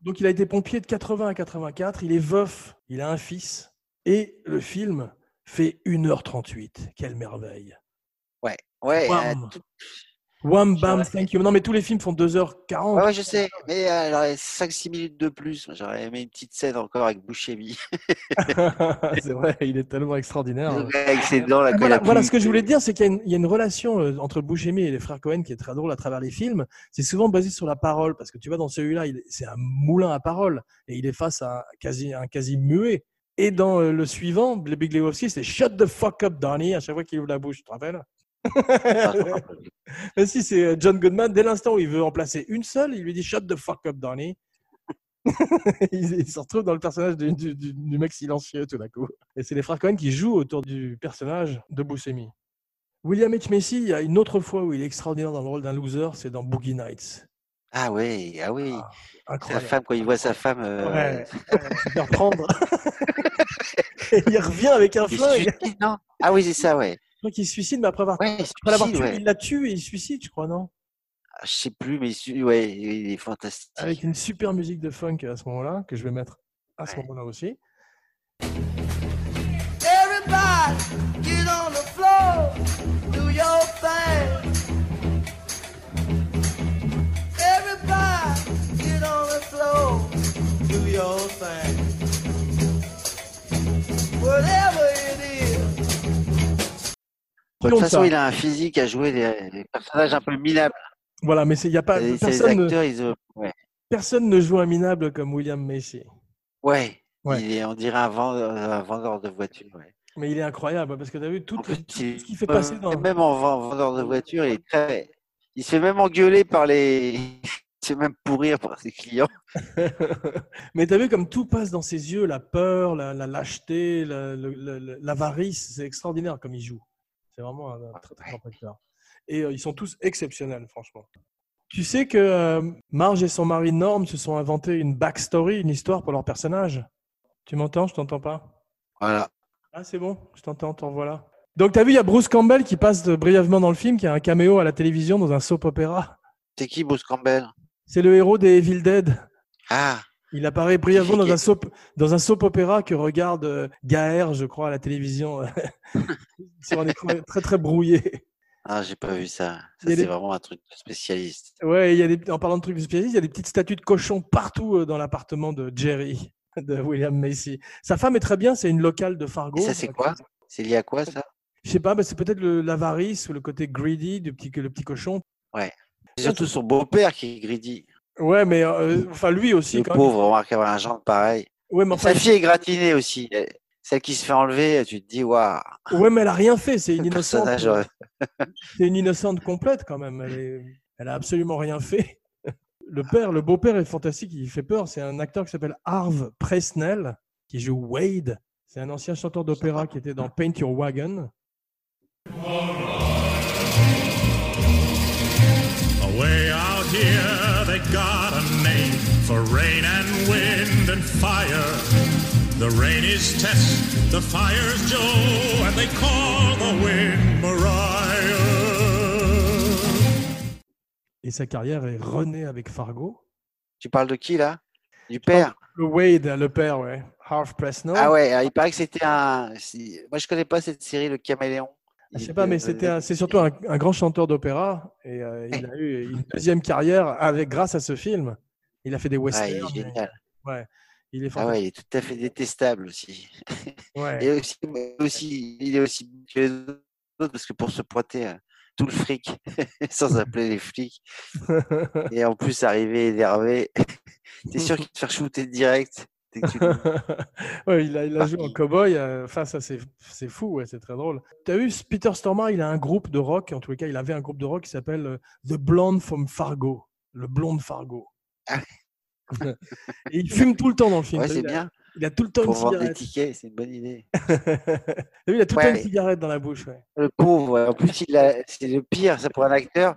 Donc, il a été pompier de 80 à 84. Il est veuf, il a un fils. Et le film fait 1h38. Quelle merveille.
Ouais, ouais,
Wham.
euh, tout-
Wham, bam,
J'aurais-
thank you. Non, mais tous les films font 2h40.
ouais, ouais, je sais, mais euh, j'aurais 5-6 minutes de plus. Moi, J'aurais aimé une petite scène encore avec Bouchemi.
c'est vrai, il est tellement extraordinaire.
avec ses dents, là, quand il
Ah. Voilà,
a
voilà
plus-
ce que je voulais dire, c'est qu'il y, a une- il y a une relation euh, entre Buscemi et les frères Cohen qui est très drôle à travers les films. C'est souvent basé sur la parole, parce que tu vois, dans celui-là, il- c'est un moulin à parole, et il est face à un quasi, un quasi muet. Et dans euh, le suivant, le Big Lebowski, c'est Shut the fuck up, Donnie, à chaque fois qu'il ouvre la bouche, tu te rappelles Mais si, c'est euh, John Goodman, dès l'instant où il veut en placer une seule, il lui dit Shut the fuck up, Donnie. il, il se retrouve dans le personnage du, du- du- du mec silencieux tout d'un coup. Et c'est les frères Cohen qui jouent autour du personnage de Buscemi. William H. Macy, il y a une autre fois où il est extraordinaire dans le rôle d'un loser, c'est dans Boogie Nights.
Ah oui, ah oui.
Ah,
Sa
Incroyable.
femme, quand il voit sa femme, euh,
Ouais, il va reprendre. Et il revient avec un
il se
flingue.
suicide, non Ah oui, c'est ça, ouais.
Je crois qu'il se suicide, mais après avoir,
Ouais, il se
après l'avoir
suicide,
tué,
ouais.
il la tue et il se suicide, je crois, non
Ah, Je sais plus, mais il, su- ouais, il est fantastique.
Avec une super musique de funk à ce moment-là, que je vais mettre à ce
Ouais.
moment-là aussi.
Everybody, get on the floor, do your thing. Everybody, get on the floor, do your thing. Whatever it is.
De
Comme
toute façon,
ça.
il a un physique à jouer les, les personnages un peu minables.
Voilà, mais c'est- il y a pas,
Les, ces
personne, ne,
acteurs, ils ont- ouais.
personne ne joue un minable comme William Macy.
Ouais.
Ouais.
Il est, on dirait un vendeur, un vendeur de voitures. ouais.
Mais il est incroyable, parce que tu as vu tout,
En
tout-
plus,
tout
il-
ce qu'il fait passer dans...
Même en ven- vendeur de voitures, il est très. Il se fait même engueuler par les. Il se fait même pourrir par ses clients.
mais tu as vu comme tout passe dans ses yeux, la peur, la, la lâcheté, la- le- le- le- l'avarice, c'est extraordinaire comme il joue. C'est vraiment un, un Ah, très très grand acteur. Et euh, ils sont tous exceptionnels, franchement. Tu sais que euh, Marge et son mari Norm se sont inventés une backstory, une histoire pour leur personnage. Tu m'entends Je t'entends pas
Voilà.
Ah, c'est bon, je t'entends, t'en voilà. Donc, t'as vu, il y a Bruce Campbell qui passe de- brièvement dans le film, qui a un caméo à la télévision dans un soap opéra.
C'est qui Bruce Campbell
C'est le héros des Evil Dead.
Ah,
Il apparaît brièvement dans
Qui-
un soap, dans un soap opéra que regarde euh, Gaher, je crois, à la télévision, euh, sur un écran très très brouillé.
ah j'ai pas vu ça. Ça,
Il y a
c'est
des-
vraiment un truc de spécialiste.
Ouais, il y a des, en parlant de trucs de spécialistes, il y a des petites statues de cochons partout euh, dans l'appartement de Jerry, de William Macy. Sa femme est très bien, c'est une locale de Fargo.
Et ça, c'est quoi C'est lié à quoi, ça
Je sais pas, mais c'est peut-être le- l'avarice ou le côté greedy du petit, le petit cochon.
C'est surtout son beau-père qui est greedy.
Ouais, mais euh, enfin lui aussi
Le
quand même.
pauvre, remarque avoir un genre pareil.
Ouais, mais enfin,
Sa fille est gratinée aussi. Elle- Celle qui se fait enlever, tu te dis, waouh,
ouais, mais elle a rien fait. C'est une
le
innocente.
personnage. euh,
C'est une innocente complète quand même. Elle, est- elle a absolument rien fait. Le père, le beau-père est fantastique. Il fait peur. C'est un acteur qui s'appelle Harve Presnell qui joue Wade. C'est un ancien chanteur d'opéra qui était dans Paint Your Wagon.
Away out here, they got a name for rain and wind and fire. The rain is Tess, the fire's Joe, and they call the wind Mariah.
Et sa carrière est renée avec Fargo.
Tu parles de qui, là Du père
Le Wade, le père, ouais. Harve Presnell.
Ah ouais, alors, il paraît que c'était un. si- Moi, je connais pas cette série, Le Caméléon.
Ah, Je
Il-
sais pas, mais
euh,
c'était un- c'est surtout un, un grand chanteur d'opéra et euh, il a eu une deuxième carrière avec grâce à ce film. Il a fait des
Ouais, Ah, il
westerns.
est
mais
génial.
il est
Ah
fantastique.
ouais, il est tout à fait détestable aussi.
Ouais.
Et aussi, aussi, il est aussi bon que les autres parce que pour se pointer à tout le fric sans appeler les flics et en plus arriver énervé, t'es sûr qu'il va te faire shooter direct. dès que tu le-
Ouais, il a,
Bah,
il a joué en cow-boy euh, face à ses, c'est fou, ouais, c'est très drôle. T'as vu, Peter Stormare, il a un groupe de rock, en tous les cas, il avait un groupe de rock qui s'appelle euh, The Blonde from Fargo, le blond de Fargo.
Ah
Et il fume tout le temps dans le film.
Ouais,
t'as
c'est
vu, il, a,
bien.
il a tout le temps
Pour
une
vendre des
cigarette.
tickets, c'est une bonne idée.
T'as vu, il a tout le temps
Ouais.
une cigarette dans la bouche. ouais.
Le pauvre, ouais. en plus, il a- c'est le pire, ça, pour un acteur,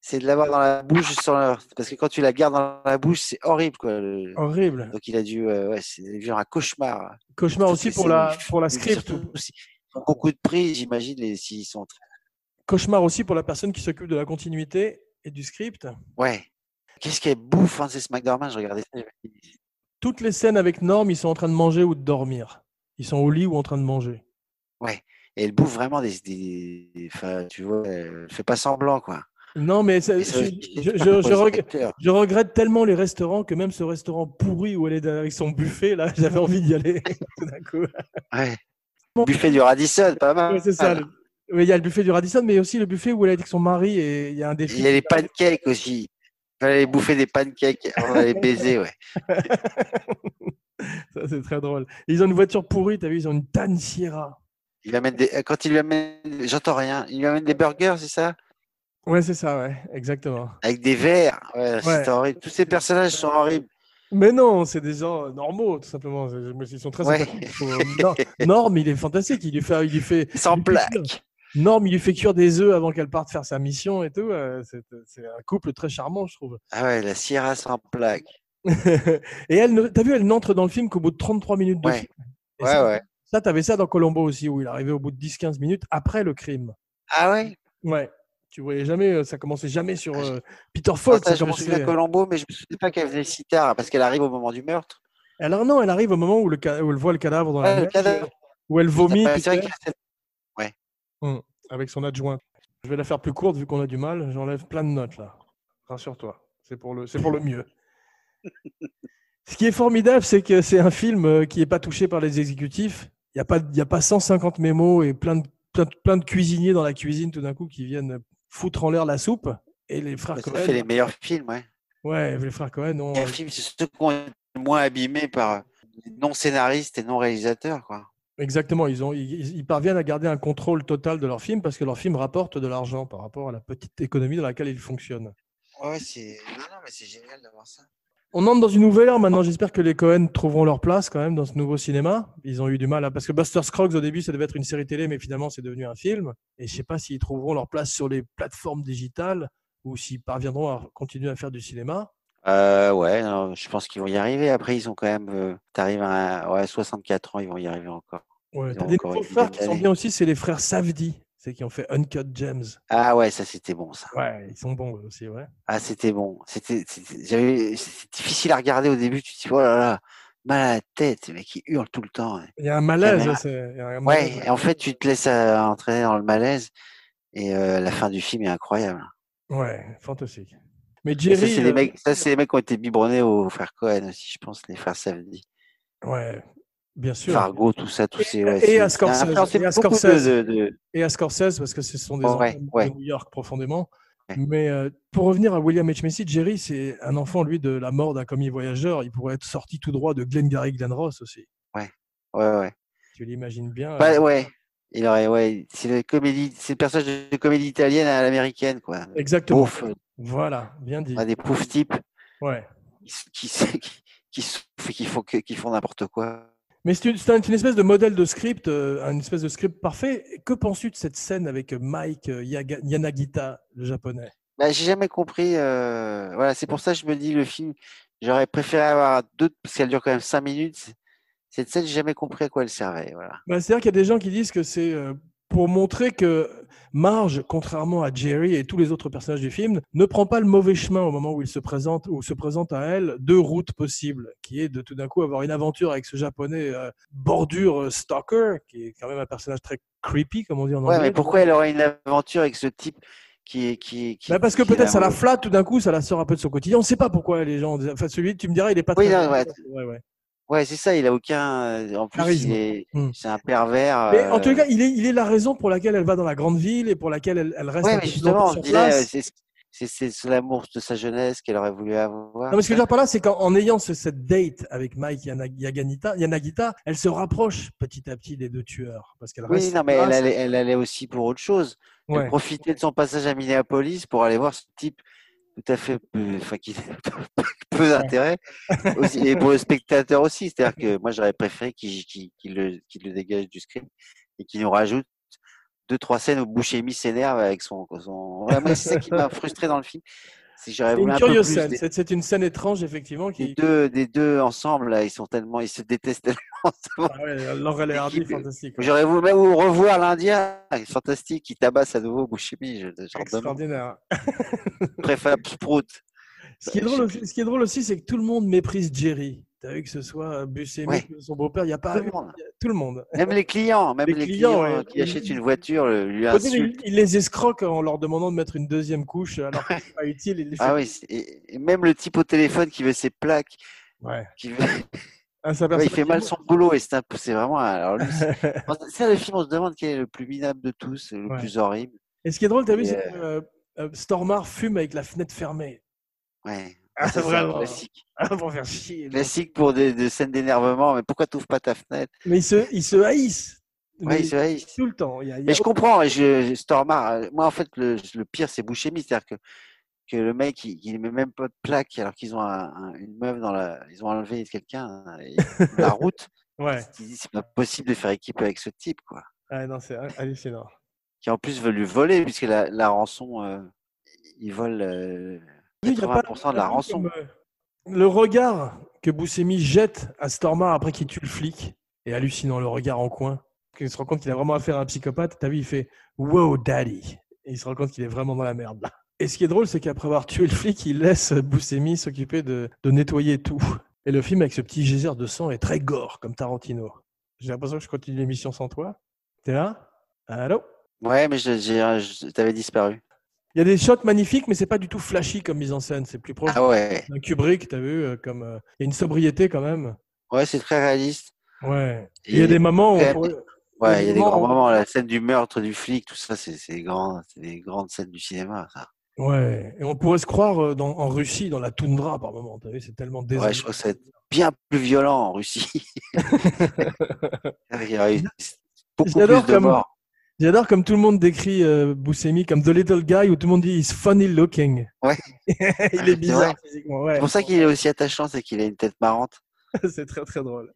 c'est de l'avoir dans la bouche sans l'heure. Parce que quand tu la gardes dans la bouche, c'est horrible, quoi. le-
Horrible.
Donc, il a dû, euh, ouais, c'est genre un cauchemar.
Cauchemar
Surtout
Bah, aussi
si
pour
c'est
la,
une-
pour la
Et puis,
script.
surtout, si- Beaucoup de prix, j'imagine, les- s'ils sont
Cauchemar aussi pour la personne qui s'occupe de la continuité et du script.
Ouais. Qu'est-ce qu'elle bouffe, Frances McDormand Je regardais ça. je me dis,
Toutes les scènes avec Norm, ils sont en train de manger ou de dormir. Ils sont au lit ou en train de manger.
Et elle bouffe vraiment des. des- des- Enfin, tu vois, elle fait pas semblant, quoi.
Non, mais ça-
Et
Euh, je,
ça,
je-
c'est
je-
pas
je
pour les
reg-
acteurs.
je regrette tellement les restaurants que même ce restaurant pourri où elle est avec son buffet, là, j'avais envie d'y aller tout d'un coup.
Ouais.
Bon.
Buffet du Radisson, pas mal.
Ouais, c'est ça. le- Oui, Il y a le buffet du Radisson, mais il y a aussi le buffet où elle est avec son mari et il y a un défi.
Il y a les pancakes aussi. Il fallait bouffer des pancakes on va les baiser, ouais.
Ça, c'est très drôle. Et ils ont une voiture pourrie, t'as vu, ils ont une Tan Sierra.
Il lui amène des... euh, Quand il lui amène. J'entends rien. Il lui amène des burgers, c'est ça
Ouais, c'est ça, ouais, exactement.
Avec des verres. Ouais,
Ouais.
c'est horrible. Tous ces personnages sont horribles.
Mais non, c'est des gens euh, normaux, tout simplement. C'est- mais Ils sont très
Ouais.
sympathiques. Faut- Nor- Norm, il est fantastique. Il lui fait, il lui fait,
Sans
il lui fait
plaque.
cuire- Norm, il lui fait cuire des œufs avant qu'elle parte faire sa mission et tout. euh, C'est c'est un couple très charmant, je trouve.
Ah ouais, la Sierra sans plaque.
et elle, ne- t'as vu, elle n'entre dans le film qu'au bout de 33 minutes de
Ouais.
film. Et
Ouais,
ça,
ouais.
ça, t'avais ça dans Colombo aussi, où il arrivait au bout de 10-15 minutes après le crime.
Ah ouais
Ouais. Tu voyais jamais, euh, ça commençait jamais sur
Ah, je-
euh, Peter
Faute,
Falk. ça
Je me
commençait-
souviens de Colombo, mais je me souviens pas qu'elle venait si tard, parce qu'elle arrive au moment du meurtre.
Alors non, elle arrive au moment où, le ca- où elle voit le cadavre dans la
Ouais, le
mer,
cadavre.
où elle vomit
Ouais,
tout
c'est
ça,
vrai qu'il y a cette-
avec son adjoint. Je vais la faire plus courte vu qu'on a du mal. J'enlève plein de notes là. Rassure-toi, c'est pour le, c'est pour le mieux. Ce qui est formidable, c'est que c'est un film euh, qui n'est pas touché par les exécutifs. Il n'y a, pas- il y a pas 150 mémos et plein de, plein, de- plein de cuisiniers dans la cuisine tout d'un coup qui viennent foutre en l'air la soupe. Et les frères
Bah, Ça fait
Cohen,
les meilleurs films, ouais.
ouais, les frères Cohen ont,
Les films, c'est ceux qui ont été le moins abîmés par les non-scénaristes et non-réalisateurs, quoi.
Exactement, ils, ont, ils, ils parviennent à garder un contrôle total de leur film parce que leur film rapporte de l'argent par rapport à la petite économie dans laquelle ils fonctionnent.
Ouais, c'est. Non, non, mais c'est génial d'avoir ça.
On entre dans une nouvelle ère maintenant. J'espère que les Cohen trouveront leur place quand même dans ce nouveau cinéma. Ils ont eu du mal à... parce que Buster Scruggs au début ça devait être une série télé, mais finalement c'est devenu un film. Et je sais pas s'ils trouveront leur place sur les plateformes digitales ou s'ils parviendront à continuer à faire du cinéma.
Euh, ouais, non, je pense qu'ils vont y arriver. Après, ils ont quand même. euh, T'arrives à ouais, 64 ans, ils vont y arriver encore.
Ouais,
Ils
t'as
ont
des
encore
nouveaux
une
frères qui sont
décalée.
bien aussi, c'est les frères Savdi, c'est qui ont fait Uncut Gems.
Ah ouais, ça c'était bon, ça.
Ouais, ils sont bons eux aussi, ouais.
Ah, c'était bon. C'était c'était- j'avais- c'était difficile à regarder au début. Tu te dis, oh là là, mal à la tête, les mecs qui hurlent tout le temps. hein.
Il y a un malaise.
Caméra.
hein, c'est- il y a un malaise.
Ouais, et en fait, tu te laisses euh, entraîner dans le malaise. Et euh, la fin du film est incroyable.
Ouais, fantastique. Mais
Et
Jerry,
ça, c'est les
euh,
mecs, ça, c'est les mecs qui ont été biberonnés aux frères Cohen aussi, je pense, les frères Savdi.
ouais, bien sûr.
Fargo, tout ça, tous ces.
Et-
ouais,
et
c'est-
à Scorsese,
Après, on sait
et à
beaucoup de-
Scorsese.
de- de-
Et à Scorsese, parce que ce sont des
Oh, Ouais,
enfants de
ouais.
New York profondément.
Ouais.
Mais euh, pour revenir à William H. Macy, Jerry, c'est un enfant, lui, de la mort d'un commis voyageur. Il pourrait être sorti tout droit de Glengarry Glen Ross aussi.
Ouais, ouais.
Tu l'imagines bien.
Bah,
euh,
ouais. Il aurait, ouais. C'est le comédie, c'est le personnage de comédie italienne à l'américaine, quoi.
Exactement.
Pouf,
Voilà, bien dit.
on a des poufs types
Ouais.
qui, s- qui, s- qui, qui souffrent et qui font, que- qui font n'importe quoi.
Mais c'est une, c'est un- une espèce de modèle de script, euh, une espèce de script parfait. Et Que penses-tu de cette scène avec Mike euh, Yaga- Yanagita, le japonais
Bah, j'ai jamais compris. euh, Voilà, c'est pour ça que je me dis le film. J'aurais préféré avoir deux, parce qu'elle dure quand même cinq minutes. Cette scène, j'ai jamais compris à quoi elle servait. Voilà.
Bah, C'est-à-dire qu'il y a des gens qui disent que c'est euh, pour montrer que Marge, contrairement à Jerry et tous les autres personnages du film, ne prend pas le mauvais chemin au moment où il se présente ou se présente à elle deux routes possibles, qui est de tout d'un coup avoir une aventure avec ce japonais euh, bordure euh, stalker, qui est quand même un personnage très creepy, comme on dit en anglais.
Ouais, mais pourquoi elle aurait une aventure avec ce type qui est. Qui, qui,
Bah, parce que
qui est
peut-être ça la
amoureux
flatte tout d'un coup, ça la sort un peu de son quotidien. On ne sait pas pourquoi les gens. Enfin, celui, tu me diras, il est pas
Oui,
très.
non, ouais.
Ouais, ouais.
Ouais, c'est ça, il a aucun. euh, En plus,
Charisme.
il est-
Hmm.
c'est un pervers.
Mais en tout
euh,
cas, il est, il est la raison pour laquelle elle va dans la grande ville et pour laquelle elle, elle reste
Ouais,
un
mais
peu plus
justement,
longtemps
on
sur
disait,
place.
euh, c'est ce- c'est- c'est ce- l'amour de sa jeunesse qu'elle aurait voulu avoir.
Non, mais ce que je veux dire par là, c'est qu'en en ayant ce- cette date avec Mike Yana- Yaganita, Yanagita, elle se rapproche petit à petit des deux tueurs. Parce qu'elle
Oui,
reste
non, mais
sur
elle
place.
allait, elle allait aussi pour autre chose.
Ouais.
Elle profitait de son passage à Minneapolis pour aller voir ce type tout à fait peu, enfin, qui peu d'intérêt aussi, et pour le spectateur aussi. C'est-à-dire que moi, j'aurais préféré qu'il qu'il- qu'il le, qu'il le dégage du script et qu'il nous rajoute deux, trois scènes où Boucher s'énerve avec son. son... Voilà, moi, c'est ça qui m'a frustré dans le film. C'est que j'aurais
C'est
voulu
une
un peu
curieuse
plus
scène.
des-
C'est c'est une scène étrange, effectivement.
des
Qui...
deux, des deux ensemble, là, ils sont tellement, ils se détestent tellement. c'est bon.
Ah ouais, Laurel et Hardy,
L'équipe-
fantastique. ouais.
J'aurais voulu même revoir l'Indien, il est fantastique, qui tabasse à nouveau Bouchimi, je genre demande.
Extraordinaire.
Préfab Sprout.
Ce qui est
Bah, Je sais
drôle,
plus.
aussi- ce qui est drôle aussi, c'est que tout le monde méprise Jerry. T'as vu que ce soit Buscemi,
Ouais.
que son beau-père, il n'y a pas
Tout le monde.
tout le monde.
Même les clients, même
Les
les,
clients,
clients, hein,
ouais.
qui achètent une voiture le- lui
Au début,
insultent.
Il, il les escroque en leur demandant de mettre une deuxième couche, alors que c'est pas utile. Il les fait...
Ah oui, c'est- et et même le type au téléphone qui veut ses plaques,
Ouais.
qui veut-
Ah, ça
il fait mal son boulot et c'est un peu- c'est vraiment. un- Alors lui, c'est c'est le film, on se demande quel est le plus minable de tous, le
Ouais.
plus horrible.
Et ce qui est drôle, t'as vu,
Et,
c'est que euh, euh, Stormare fume avec la fenêtre fermée.
Ouais.
Ah,
Ça, c'est un
vraiment.
classique.
Ah, pour faire chier. les gens.
Classique pour des, des scènes d'énervement, mais pourquoi tu ouvres pas ta fenêtre
Mais ils se, ils se haïssent.
Ouais,
Mais
ils se haïssent.
Tout le temps. Il y a- il y a
Mais je comprends, et je, je- Stormare, euh, moi en fait, le, le pire c'est Bouchemi, c'est-à-dire que que le mec, il, il met même pas de plaque alors qu'ils ont un- un- une meuf dans la, ils ont enlevé quelqu'un hein, et- de la route.
Ouais.
Il dit c'est pas possible de faire équipe avec ce type quoi.
Ah, non, c'est hallucinant.
Qui en plus veut lui voler puisque la, la rançon, euh, il vole euh,
Oui, il y a pas
80% de la rançon.
comme, euh, le regard que Boussemi jette à Stormar après qu'il tue le flic est hallucinant, le regard en coin. Il se rend compte qu'il a vraiment affaire à un psychopathe. T'as vu, il fait Wow, daddy. Et il se rend compte qu'il est vraiment dans la merde là. Et ce qui est drôle, c'est qu'après avoir tué le flic, il laisse Boussemi s'occuper de, de nettoyer tout. Et le film avec ce petit geyser de sang est très gore, comme Tarantino. J'ai l'impression que je continue l'émission sans toi. T'es là Allô
Ouais, mais je, j'ai- euh, je- t'avais disparu.
Il y a des shots magnifiques, mais c'est pas du tout flashy comme mise en scène. C'est plus proche
Ah ouais,
un Kubrick, t'as vu, euh, comme euh, il y a une sobriété quand même.
ouais, c'est très réaliste.
Ouais.
Et
Il y a des moments où on
Ouais,
pourrait-
Ouais, il y a des
moments
grands
où-
moments, la scène du meurtre du flic, tout ça, c'est c'est des grands, c'est des grandes scènes du cinéma. Ça.
ouais, et on pourrait se croire euh, dans- en Russie, dans la toundra par moment. T'as vu, c'est tellement désolé.
Ouais, je crois que ça va être bien plus violent en Russie. il y aurait eu beaucoup plus
J'adore
de
comme-
morts.
J'adore comme tout le monde décrit euh, Buscemi comme the little guy où tout le monde dit he's funny looking.
Ouais.
il est bizarre
vrai.
physiquement. Ouais.
C'est pour ça qu'il est aussi attachant, c'est qu'il a une tête marrante.
c'est très très drôle.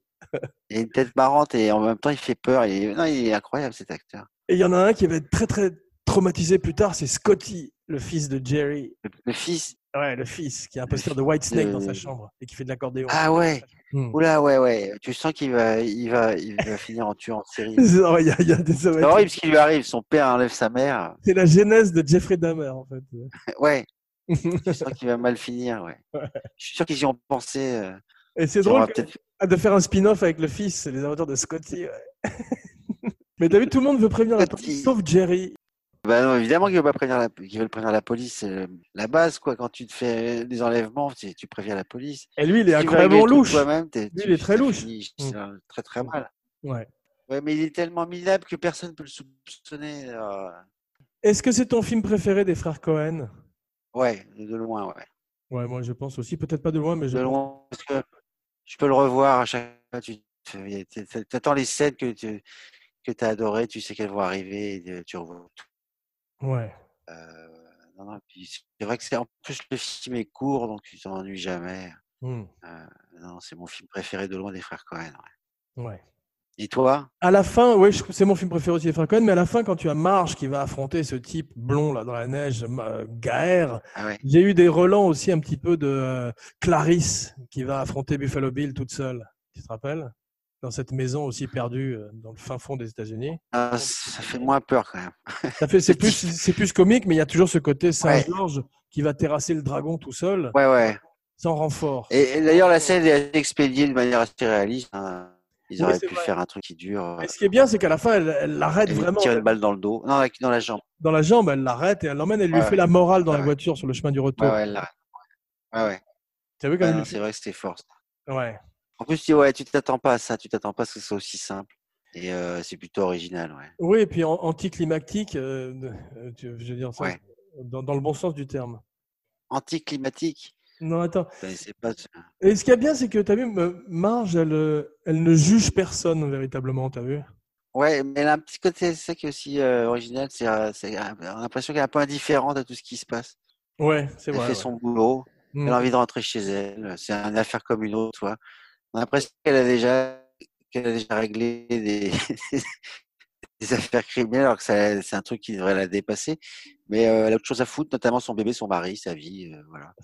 Il a une tête marrante et en même temps, il fait peur. Il est, non, il est incroyable cet acteur.
Et il y en a un qui va être très très traumatisé plus tard, c'est Scotty, le fils de Jerry.
Le, le fils.
Ouais, le fils qui a un
Le
poster de
fils
White Snake
de-
dans sa chambre et qui fait de l'accordéon.
Ah ouais.
Hmm.
Oula, ouais, ouais. Tu sens qu'il va, il va, il va finir en tuant en série.
C'est horrible, Il y a, il y a des ça va
C'est
être-
horrible ce qui lui arrive. Son père enlève sa mère.
C'est la genèse de Jeffrey Dahmer, en fait.
Ouais. Tu sens qu'il va mal finir. Ouais. Je suis sûr qu'ils y ont pensé. euh,
Et c'est
qu'il y aura
drôle que-
peut-être-
ah, de faire un spin-off avec le fils, les aventures de Scotty. ouais. Mais t'as vu, tout le monde veut prévenir la
Scotty.
police, sauf Jerry.
Bah non, évidemment qu'ils veulent pas prévenir la, qu'ils veulent prévenir la police. C'est le- la base, quoi. Quand tu te fais euh, des enlèvements, tu, tu préviens la police.
Et lui, il est
Si tu veux
incroyablement
régler tout
louche.
Toi-même, t'es-
Lui,
tu-
il est très
ça
louche.
finit,
Mm.
euh, Très, très mal.
Ouais.
Ouais, mais il est tellement minable que personne ne peut le soupçonner. euh,
Est-ce que c'est ton film préféré des frères Cohen
Ouais, de loin, ouais.
Ouais, moi je pense aussi. Peut-être pas de loin, mais je
De
pense-
loin, parce que je peux le revoir à chaque fois. Tu attends les scènes que tu que as adorées, tu sais qu'elles vont arriver, et, euh, tu revois tout.
Ouais.
Euh, non, non, puis c'est vrai que c'est en plus le film est court, donc tu t'ennuies jamais.
Hmm.
Non, c'est mon film préféré de loin des frères Cohen. ouais.
ouais.
Et toi
À la fin, ouais, je- c'est mon film préféré aussi des frères Cohen, mais à la fin, quand tu as Marge qui va affronter ce type blond là dans la neige, ma- Gaër,
ah ouais.
J'ai eu des relents aussi un petit peu de euh, Clarisse qui va affronter Buffalo Bill toute seule. Tu te rappelles Dans cette maison aussi perdue euh, dans le fin fond des États-Unis.
Ah, ça fait moins peur quand même.
Ça fait c'est plus c'est plus comique, mais il y a toujours ce côté Saint
Ouais.
Georges qui va terrasser le dragon tout seul
Ouais, ouais.
sans renfort.
Et, et d'ailleurs, la scène est expédiée de manière assez réaliste. hein. Ils
Oui,
auraient
c'est
pu
vrai.
faire un truc qui dure.
Mais ce qui est bien, c'est qu'à la fin, elle elle l'arrête
Elle lui
vraiment.
tire une balle dans le dos. Non, la- dans la jambe.
Dans la jambe, elle l'arrête et elle l'emmène. Elle lui
Ouais.
fait la morale dans la
Ouais.
voiture sur le chemin du retour.
Ouais, ouais, elle l'arrête. Ouais, ouais.
Tu as vu
Ah
comme elle
non,
lui
c'est vrai que c'était fort. ça.
fait- ouais.
En plus, tu dis, ouais, tu t'attends pas à ça. Tu t'attends pas à ce que ce soit aussi simple. Et euh, c'est plutôt original, ouais.
Oui, et puis an- anticlimactique, euh, de- euh, tu- je veux dire ça,
Ouais.
dans, dans le bon sens du terme.
Anticlimatique.
Non, attends.
Ben, c'est pas...
Et ce qu'il y a bien, c'est que tu as vu, euh, Marge, elle, euh, elle ne juge personne véritablement, tu as vu
Ouais, mais elle a un petit côté, c'est ça qui est aussi euh, original. C'est, euh, c'est- on a l'impression qu'elle est un peu indifférente à tout ce qui se passe.
Ouais, c'est
Elle
vrai.
fait
ouais.
son boulot.
Mm.
Elle a envie de rentrer chez elle. C'est une affaire comme une autre. tu vois. On a l'impression qu'elle a déjà, qu'elle a déjà réglé des, des affaires criminelles, alors que ça- c'est un truc qui devrait la dépasser. Mais euh, elle a autre chose à foutre, notamment son bébé, son mari, sa vie. euh, voilà.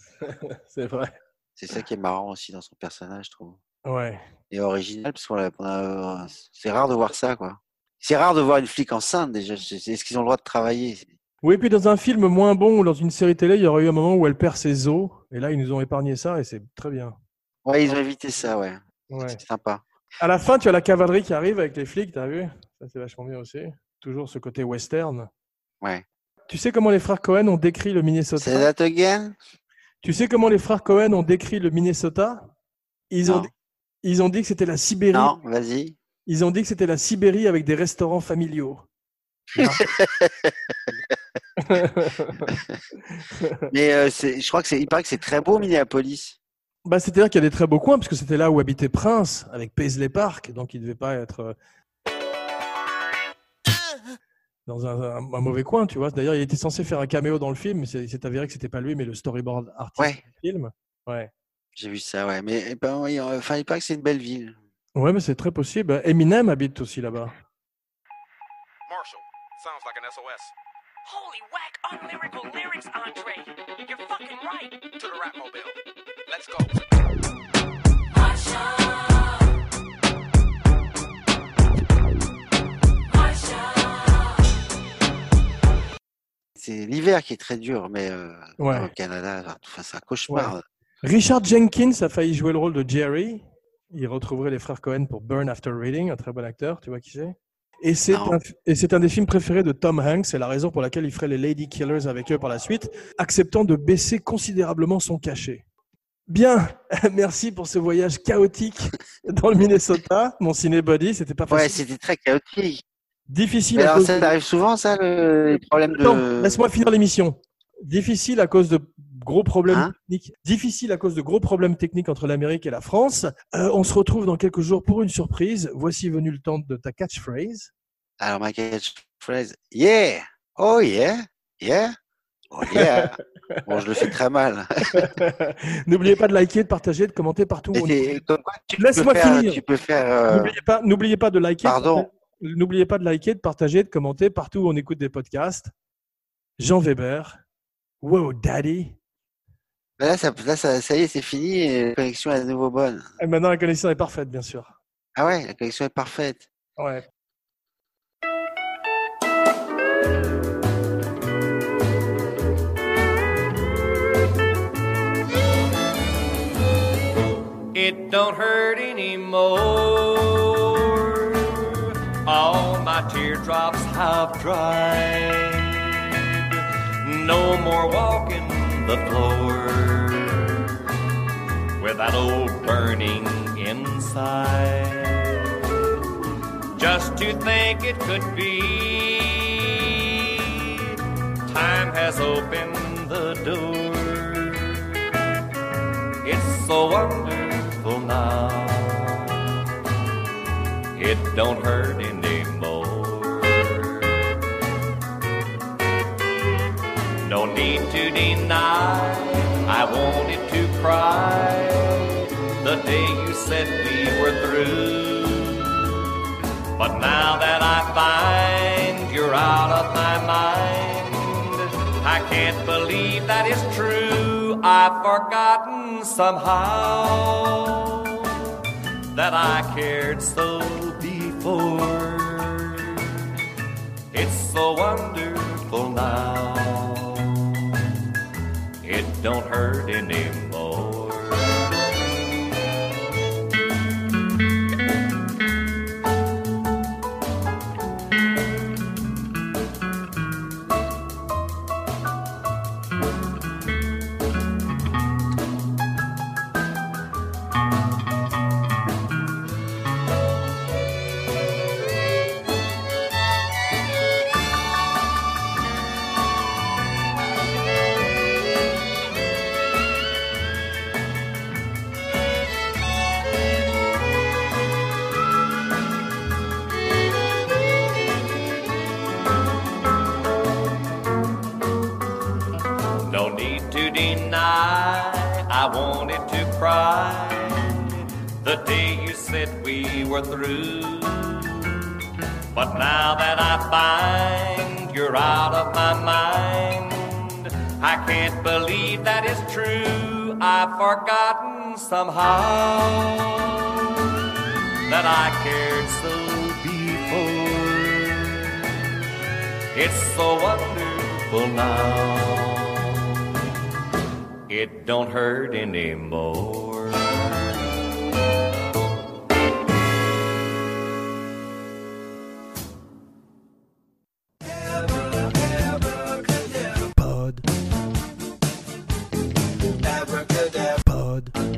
C'est vrai.
C'est ça qui est marrant aussi dans son personnage, je trouve.
Ouais.
Et original, parce qu'on a- on a- euh, c'est rare de voir ça, quoi. C'est rare de voir une flic enceinte déjà. Je- Est-ce qu'ils ont le droit de travailler
Oui, puis dans un film moins bon ou dans une série télé, il y aurait eu un moment où elle perd ses os. Et là, ils nous ont épargné ça et c'est très bien.
Ouais, ils ont évité ça, ouais.
Ouais.
C'est sympa.
À la fin, tu as la cavalerie qui arrive avec les flics, tu as vu Ça, c'est vachement bien aussi. Toujours ce côté western.
Ouais.
Tu sais comment les frères Cohen ont décrit le
C'est
Minnesota
that again
Tu sais comment les frères Cohen ont décrit le Minnesota ils ont,
Non.
ils ont dit que c'était la Sibérie
Non, vas-y.
Ils ont dit que c'était la Sibérie avec des restaurants familiaux.
Mais euh, c'est- je crois que c'est, il paraît que c'est très beau Minneapolis.
Bah, C'est-à-dire qu'il y a des très beaux coins, parce que c'était là où habitait Prince, avec Paisley Park, donc il ne devait pas être... euh, dans un, un- un mauvais coin, tu vois. D'ailleurs, il était censé faire un caméo dans le film, mais c'est- il s'est avéré que c'était pas lui, mais le storyboard artiste
Ouais,
du film. Ouais.
j'ai vu ça, ouais. Mais eh ben, oui, enfin, il paraît que c'est une belle ville.
Ouais, mais c'est très possible. Eminem habite aussi là-bas.
Marshall, sounds like an SOS.
Holy whack, unlyrical lyrics, Andre. You're fucking right.
To the rap mobile. Let's go.
C'est l'hiver qui est très dur, mais euh,
Ouais.
au Canada, genre, enfin, c'est un cauchemar.
Richard Jenkins a failli jouer le rôle de Jerry. Il retrouverait les frères Cohen pour Burn After Reading, un très bon acteur, tu vois qui c'est. Et c'est
Non.
un, et c'est un des films préférés de Tom Hanks, c'est la raison pour laquelle il ferait les Lady Killers avec eux par la suite, acceptant de baisser considérablement son cachet. Bien, merci pour ce voyage chaotique dans le Minnesota, mon cinébody, c'était pas
Ouais,
facile.
c'était très chaotique.
Difficile
Mais
à
alors,
cause
ça
de-
arrive souvent, ça, le les problèmes de.
Attends, laisse-moi finir l'émission. Difficile à cause de gros problèmes
Hein
techniques. Difficile à cause de gros problèmes techniques entre l'Amérique et la France. Euh, on se retrouve dans quelques jours pour une surprise. Voici venu le temps de ta catchphrase.
Alors, ma catchphrase, yeah, oh yeah, yeah, oh yeah. bon, je le fais très mal.
N'oubliez pas de liker, de partager, de commenter partout. où on est.
Et comme quoi, tu
Oh, Laisse-moi
peux faire,
finir.
tu peux faire, euh,
N'oubliez pas, n'oubliez pas de liker. de
Pardon.
parta- N'oubliez pas de liker, de partager, de commenter partout où on écoute des podcasts. Jean Weber. Wow, daddy.
ben Là, ça, là, ça, ça y est, c'est fini. et La connexion est à nouveau bonne.
Et maintenant, la connexion est parfaite, bien sûr.
Ah ouais, la connexion est parfaite.
Ouais.
It don't hurt anymore. All my teardrops have dried. No more walking the floor with that old burning inside. Just to think it could be, time has opened the door. It's so wonderful now. It don't hurt anymore. No need to deny. I wanted to cry the day you said we were through. But now that I find you're out of my mind, I can't believe that is true. I've forgotten somehow that I cared so before. It's so wonderful now. It don't hurt anymore. No need to deny I wanted to cry the day you said we were through. But now that I find you're out of my mind, I can't believe that is true. I've forgotten somehow that I cared so before. It's so wonderful now. It don't hurt anymore.
Pod. Pod.